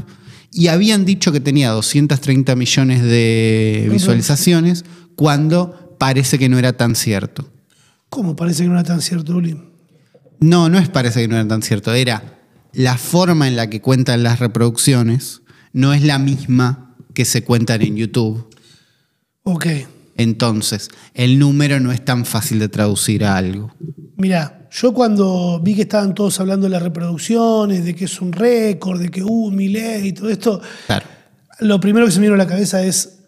Speaker 2: y habían dicho que tenía 230 millones de visualizaciones cuando parece que no era tan cierto.
Speaker 1: ¿Cómo parece que no era tan cierto, Uli?
Speaker 2: No, no es parece que no era tan cierto, era la forma en la que cuentan las reproducciones no es la misma que se cuentan en YouTube.
Speaker 1: Ok.
Speaker 2: Entonces, el número no es tan fácil de traducir a algo.
Speaker 1: Mirá, yo cuando vi que estaban todos hablando de las reproducciones, de que es un récord, de que uh, mi ley y todo esto,
Speaker 2: Claro.
Speaker 1: lo primero que se me vino a la cabeza es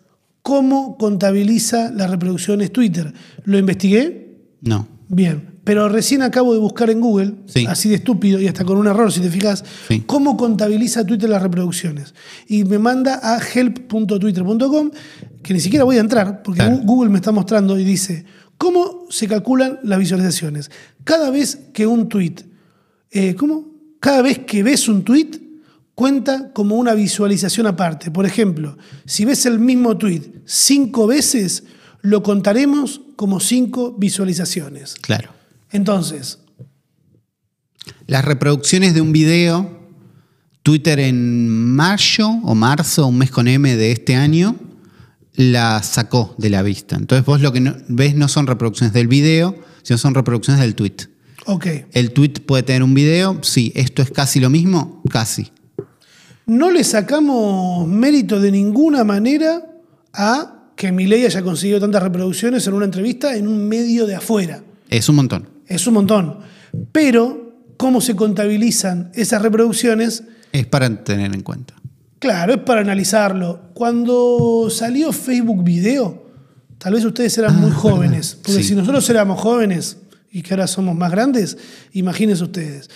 Speaker 1: cómo contabiliza las reproducciones Twitter. Lo investigué,
Speaker 2: No.
Speaker 1: bien, pero recién acabo de buscar en Google,
Speaker 2: Sí.
Speaker 1: así de estúpido y hasta con un error si te fijas,
Speaker 2: Sí.
Speaker 1: cómo contabiliza Twitter las reproducciones. Y me manda a help.twitter.com, que ni siquiera voy a entrar, porque
Speaker 2: Claro.
Speaker 1: Gu- Google me está mostrando y dice, ¿cómo se calculan las visualizaciones? Cada vez que un tweet, eh, ¿cómo? Cada vez que ves un tweet, cuenta como una visualización aparte. Por ejemplo, si ves el mismo tweet cinco veces, lo contaremos como cinco visualizaciones.
Speaker 2: Claro.
Speaker 1: Entonces,
Speaker 2: Las reproducciones de un video, Twitter en mayo o marzo, un mes con M de este año, la sacó de la vista. Entonces vos lo que no- ves no son reproducciones del video, sino son reproducciones del tweet.
Speaker 1: ok.
Speaker 2: El tweet puede tener un video, sí, esto es casi lo mismo, casi.
Speaker 1: No le sacamos mérito de ninguna manera a que Milei haya conseguido tantas reproducciones en una entrevista en un medio de afuera.
Speaker 2: Es un montón.
Speaker 1: Es un montón. Pero, ¿cómo se contabilizan esas reproducciones?
Speaker 2: Es para tener en cuenta.
Speaker 1: Claro, es para analizarlo. Cuando salió Facebook Video, tal vez ustedes eran muy jóvenes.
Speaker 2: Ah, verdad,
Speaker 1: Porque
Speaker 2: sí.
Speaker 1: si nosotros éramos jóvenes y que ahora somos más grandes, imagínense ustedes.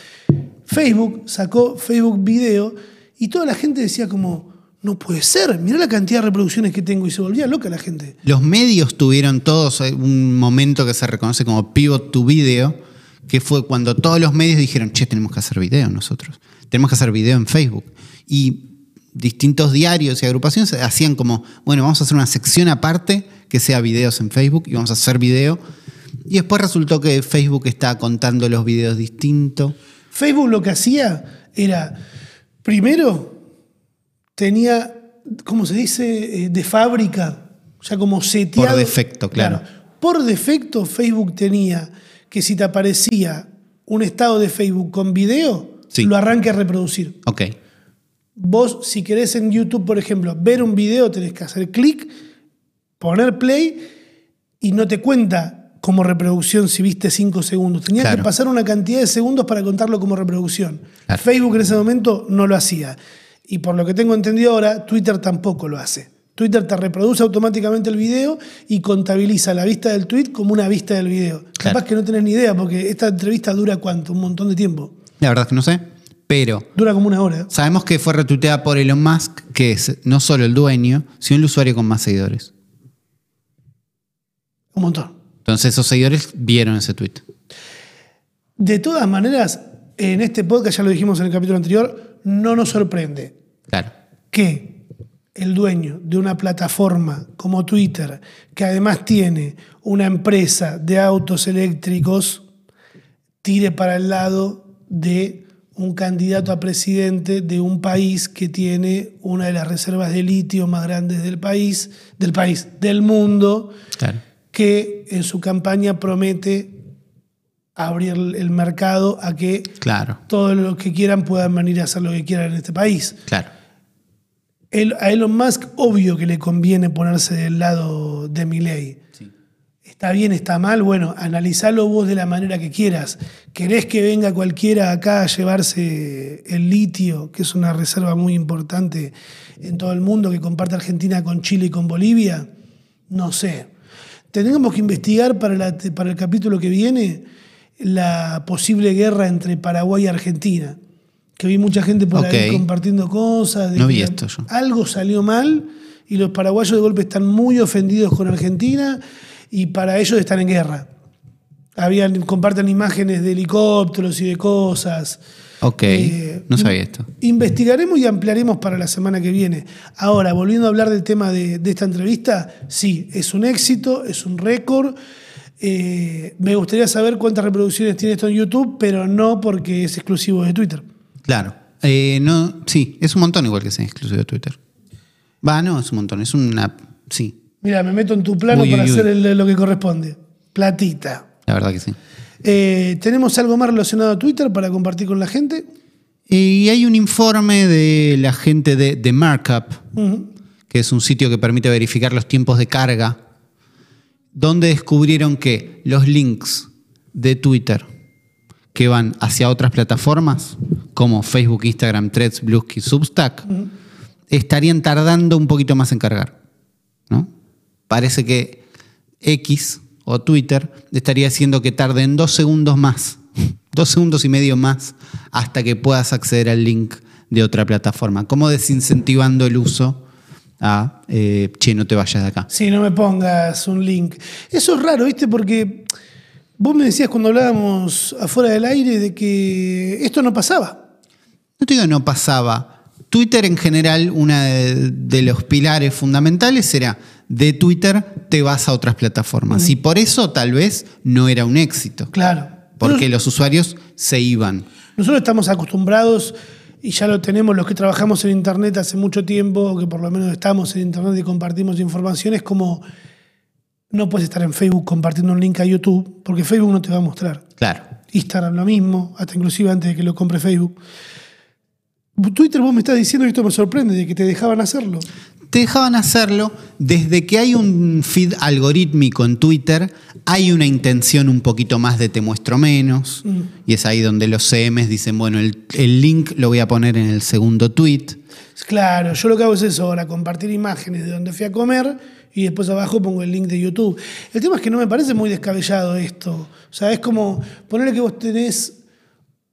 Speaker 1: Facebook sacó Facebook Video y toda la gente decía como, no puede ser, mirá la cantidad de reproducciones que tengo y se volvía loca la gente.
Speaker 2: Los medios tuvieron todos eh, un momento que se reconoce como pivot to video, que fue cuando todos los medios dijeron, che, tenemos que hacer video nosotros, tenemos que hacer video en Facebook. Y distintos diarios y agrupaciones hacían como, bueno, vamos a hacer una sección aparte que sea videos en Facebook y vamos a hacer video. Y después resultó que Facebook está contando los videos distinto.
Speaker 1: Facebook lo que hacía era, primero, tenía, ¿cómo se dice? Eh, De fábrica, ya como seteado.
Speaker 2: Por defecto, claro.
Speaker 1: Por defecto, Facebook tenía que si te aparecía un estado de Facebook con video,
Speaker 2: Sí.
Speaker 1: lo arranque a reproducir.
Speaker 2: Ok,
Speaker 1: Vos, si querés en YouTube, por ejemplo, ver un video, tenés que hacer clic, poner play y no te cuenta como reproducción si viste 5 segundos. Tenías
Speaker 2: Claro.
Speaker 1: que pasar una cantidad de segundos para contarlo como reproducción.
Speaker 2: Claro.
Speaker 1: Facebook en ese momento no lo hacía. Y por lo que tengo entendido ahora, Twitter tampoco lo hace. Twitter te reproduce automáticamente el video y contabiliza la vista del tweet como una vista del video.
Speaker 2: Claro.
Speaker 1: Capaz que no tenés ni idea, porque esta entrevista dura cuánto, un montón de tiempo.
Speaker 2: La verdad es que no sé. Pero
Speaker 1: Dura como una hora.
Speaker 2: sabemos que fue retuiteada por Elon Musk, que es no solo el dueño, sino el usuario con más seguidores.
Speaker 1: Un montón.
Speaker 2: Entonces esos seguidores vieron ese tweet.
Speaker 1: De todas maneras, en este podcast, ya lo dijimos en el capítulo anterior, no nos sorprende
Speaker 2: Claro.
Speaker 1: que el dueño de una plataforma como Twitter, que además tiene una empresa de autos eléctricos, tire para el lado de un candidato a presidente de un país que tiene una de las reservas de litio más grandes del país, del país, del mundo,
Speaker 2: Claro.
Speaker 1: que en su campaña promete abrir el mercado a que
Speaker 2: Claro.
Speaker 1: todos los que quieran puedan venir a hacer lo que quieran en este país.
Speaker 2: Claro.
Speaker 1: El- a Elon Musk, obvio que le conviene ponerse del lado de Milei. Está bien, está mal, bueno, analizalo vos de la manera que quieras. ¿Querés que venga cualquiera acá a llevarse el litio, que es una reserva muy importante en todo el mundo, que comparte Argentina con Chile y con Bolivia? No sé. Tendríamos que investigar para, la- para el capítulo que viene la posible guerra entre Paraguay y Argentina. Que vi mucha gente por ahí
Speaker 2: Ok.
Speaker 1: compartiendo cosas. de
Speaker 2: No
Speaker 1: que
Speaker 2: vi
Speaker 1: la-
Speaker 2: esto yo.
Speaker 1: algo salió mal y los paraguayos de golpe están muy ofendidos con Argentina y para ellos están en guerra. Habían, comparten imágenes de helicópteros y de cosas.
Speaker 2: Ok.
Speaker 1: Eh,
Speaker 2: no sabía esto.
Speaker 1: Investigaremos y ampliaremos para la semana que viene. Ahora, volviendo a hablar del tema de, de esta entrevista, sí, es un éxito, es un récord. Eh, me gustaría saber cuántas reproducciones tiene esto en YouTube, pero no porque es exclusivo de Twitter.
Speaker 2: Claro. Eh, no, sí, es un montón igual que sea exclusivo de Twitter. Va, no, es un montón. Es una. Sí,
Speaker 1: Mira, me meto en tu plano
Speaker 2: Uy,
Speaker 1: para
Speaker 2: uy,
Speaker 1: hacer
Speaker 2: uy.
Speaker 1: el- lo que corresponde. Platita.
Speaker 2: la verdad que sí.
Speaker 1: Eh, ¿Tenemos algo más relacionado a Twitter para compartir con la gente?
Speaker 2: Y hay un informe de la gente de, de Markup,
Speaker 1: Ujú.
Speaker 2: que es un sitio que permite verificar los tiempos de carga, donde descubrieron que los links de Twitter que van hacia otras plataformas, como Facebook, Instagram, Threads, Bluesky, Substack, estarían tardando un poquito más en cargar. ¿no? Parece que X o Twitter estaría haciendo que tarden dos segundos más, dos segundos y medio más, hasta que puedas acceder al link de otra plataforma, como desincentivando el uso a, eh, che, no te vayas de acá.
Speaker 1: Sí, no me pongas un link. Eso es raro, ¿viste? Porque vos me decías cuando hablábamos afuera del aire de que esto no pasaba.
Speaker 2: No te digo que no pasaba. Twitter en general, uno de, de los pilares fundamentales era de Twitter te vas a otras plataformas. Y por eso tal vez no era un éxito.
Speaker 1: Claro.
Speaker 2: Porque
Speaker 1: Nos-
Speaker 2: los usuarios se iban.
Speaker 1: Nosotros estamos acostumbrados y ya lo tenemos los que trabajamos en Internet hace mucho tiempo, o que por lo menos estamos en Internet y compartimos informaciones, como no puedes estar en Facebook compartiendo un link a YouTube, porque Facebook no te va a mostrar.
Speaker 2: Claro.
Speaker 1: Instagram lo mismo, hasta inclusive antes de que lo compre Facebook. Twitter vos me estás diciendo, y esto me sorprende, de que te dejaban hacerlo.
Speaker 2: Te dejaban hacerlo desde que hay un feed algorítmico en Twitter, hay una intención un poquito más de te muestro menos, y es ahí donde los CMs dicen, bueno, el, el link lo voy a poner en el segundo tweet.
Speaker 1: Claro, yo lo que hago es eso ahora, compartir imágenes de donde fui a comer y después abajo pongo el link de YouTube. El tema es que no me parece muy descabellado esto. O sea, es como ponerle que vos tenés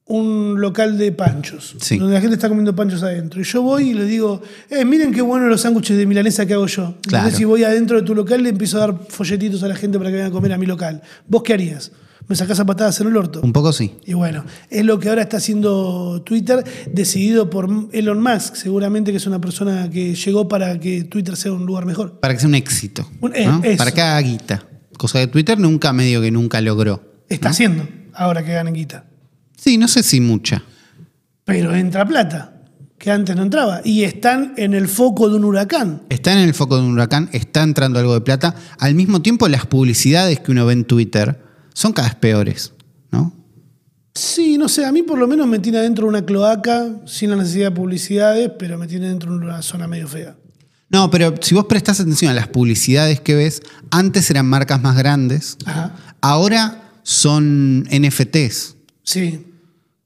Speaker 1: un local de panchos,
Speaker 2: Sí.
Speaker 1: donde la gente está comiendo panchos adentro. Y yo voy y le digo, eh, miren qué bueno los sándwiches de milanesa que hago yo.
Speaker 2: Claro.
Speaker 1: Entonces, si voy adentro de tu local, le empiezo a dar folletitos a la gente para que venga a comer a mi local. ¿Vos qué harías? ¿Me sacás a patadas en el orto?
Speaker 2: Un poco sí.
Speaker 1: Y bueno, es lo que ahora está haciendo Twitter, decidido por Elon Musk, seguramente que es una persona que llegó para que Twitter sea un lugar mejor.
Speaker 2: Para que sea un éxito.
Speaker 1: Un- eh,
Speaker 2: ¿no?
Speaker 1: eso.
Speaker 2: Para que haga guita. Cosa que Twitter nunca, medio que nunca logró.
Speaker 1: Está haciendo, ahora que ganan guita.
Speaker 2: Sí, no sé si mucha.
Speaker 1: Pero entra plata, que antes no entraba. Y están en el foco de un huracán.
Speaker 2: Está en el foco de un huracán, está entrando algo de plata. Al mismo tiempo, las publicidades que uno ve en Twitter son cada vez peores, ¿no?
Speaker 1: Sí, no sé, a mí por lo menos me tiene adentro de una cloaca, sin la necesidad de publicidades, pero me tiene dentro de una zona medio fea.
Speaker 2: No, pero si vos prestás atención a las publicidades que ves, antes eran marcas más grandes,
Speaker 1: Ajá.
Speaker 2: ahora son NFTs,
Speaker 1: Sí.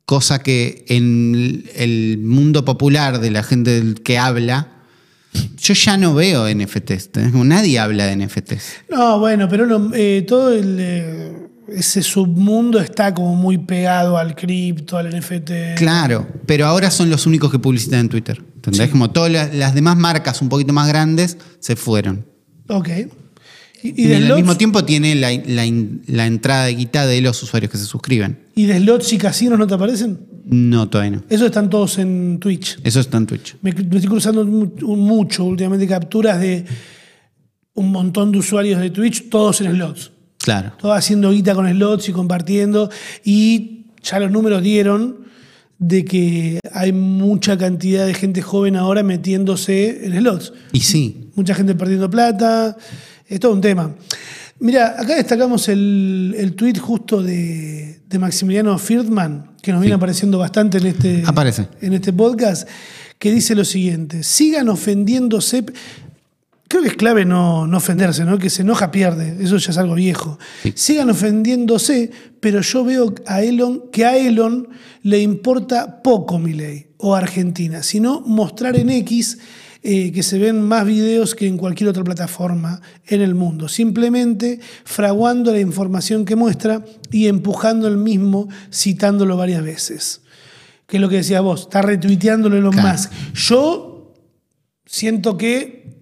Speaker 2: cosa que en el mundo popular de la gente del que habla Yo ya no veo NFTs. tenés como- Nadie habla de NFTs.
Speaker 1: No, bueno, pero no, eh, todo el, eh, ese submundo está como muy pegado al cripto, al NFT.
Speaker 2: Claro, pero ahora son los únicos que publicitan en Twitter. ¿Entendés? Como todas la- las demás marcas un poquito más grandes se fueron.
Speaker 1: Ok. Y,
Speaker 2: Y,
Speaker 1: y de
Speaker 2: al
Speaker 1: slots,
Speaker 2: mismo tiempo tiene la, la in- la entrada de guita de los usuarios que se suscriben.
Speaker 1: ¿Y de slots y casinos no te aparecen?
Speaker 2: No, todavía no.
Speaker 1: Esos están todos en Twitch.
Speaker 2: Eso está en Twitch.
Speaker 1: Me, me estoy cruzando mu- un- mucho últimamente capturas de un montón de usuarios de Twitch, todos en slots.
Speaker 2: Claro.
Speaker 1: Todos haciendo guita con slots y compartiendo. Y ya los números dieron de que hay mucha cantidad de gente joven ahora metiéndose en slots.
Speaker 2: Y sí.
Speaker 1: Mucha gente perdiendo plata. Es todo un tema. Mira, acá destacamos el, el tweet justo de, de Maximiliano Friedman, que nos viene
Speaker 2: Sí.
Speaker 1: apareciendo bastante en este,
Speaker 2: Aparece.
Speaker 1: en este podcast, que dice lo siguiente: sigan ofendiéndose. Creo que es clave no, no ofenderse, ¿no? El Que se enoja pierde. Eso ya es algo viejo.
Speaker 2: Sí.
Speaker 1: Sigan ofendiéndose, pero yo veo a Elon, que a Elon le importa poco mi ley o Argentina, sino mostrar en X eh, que se ven más videos que en cualquier otra plataforma en el mundo. Simplemente fraguando la información que muestra y empujando el mismo, citándolo varias veces. Que es lo que decías vos, está retuiteándolo Elon
Speaker 2: Claro.
Speaker 1: Musk. Yo siento que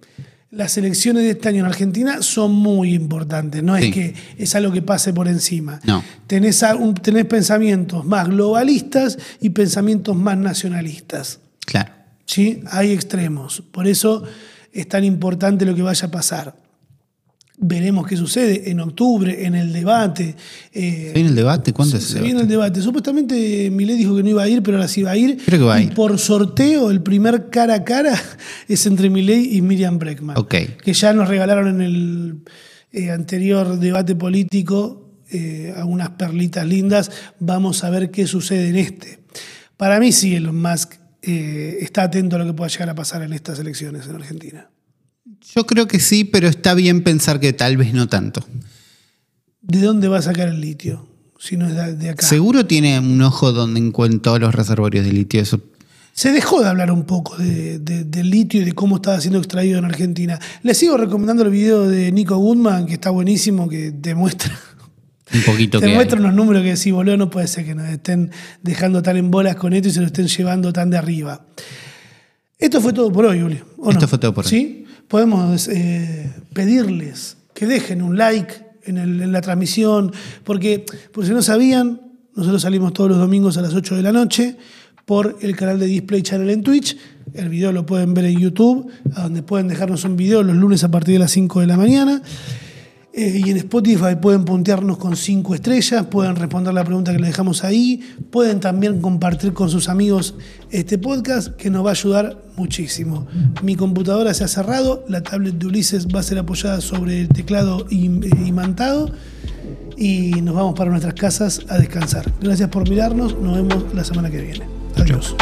Speaker 1: las elecciones de este año en Argentina son muy importantes. No
Speaker 2: Sí.
Speaker 1: es que es algo que pase por encima.
Speaker 2: No.
Speaker 1: Tenés, a- un- tenés pensamientos más globalistas y pensamientos más nacionalistas.
Speaker 2: Claro.
Speaker 1: ¿sí? Hay extremos. Por eso es tan importante lo que vaya a pasar. Veremos qué sucede en octubre, en el debate. eh,
Speaker 2: ¿Se viene el debate? ¿Cuándo es
Speaker 1: se
Speaker 2: el debate?
Speaker 1: viene el debate. Supuestamente eh, Milei dijo que no iba a ir, pero ahora sí va a ir.
Speaker 2: Creo que va a
Speaker 1: Y
Speaker 2: ir.
Speaker 1: por sorteo, el primer cara a cara es entre Milei y Miriam Breckman.
Speaker 2: Ok.
Speaker 1: Que ya nos regalaron en el eh, anterior debate político eh, algunas perlitas lindas. Vamos a ver qué sucede en este. Para mí sí, Elon Musk eh, está atento a lo que pueda llegar a pasar en estas elecciones en Argentina.
Speaker 2: Yo creo que sí, pero está bien pensar que tal vez no tanto.
Speaker 1: ¿De dónde va a sacar el litio? Si no es de- de acá.
Speaker 2: Seguro tiene un ojo donde encuentran todos los reservorios de litio. Eso
Speaker 1: Se dejó de hablar un poco de- de- del litio y de cómo estaba siendo extraído en Argentina. Les sigo recomendando el video de Nico Goodman, que está buenísimo, que demuestra,
Speaker 2: un poquito que hay.
Speaker 1: demuestra unos números que decís, boludo, no puede ser que nos estén dejando tan en bolas con esto y se lo estén llevando tan de arriba. Esto fue todo por hoy, Julio. ¿o no?
Speaker 2: Esto fue todo por hoy.
Speaker 1: ¿Sí? Podemos eh, pedirles que dejen un like en, el- en la transmisión, porque por si no sabían, nosotros salimos todos los domingos a las 8 de la noche por el canal de Display Channel en Twitch. El video lo pueden ver en YouTube, a donde pueden dejarnos un video los lunes a partir de las 5 de la mañana. Eh, y en Spotify pueden puntearnos con 5 estrellas, pueden responder la pregunta que le dejamos ahí, pueden también compartir con sus amigos este podcast que nos va a ayudar muchísimo. Mi computadora se ha cerrado, la tablet de Ulises va a ser apoyada sobre el teclado im- eh, imantado y nos vamos para nuestras casas a descansar. Gracias por mirarnos, nos vemos la semana que viene. Adiós.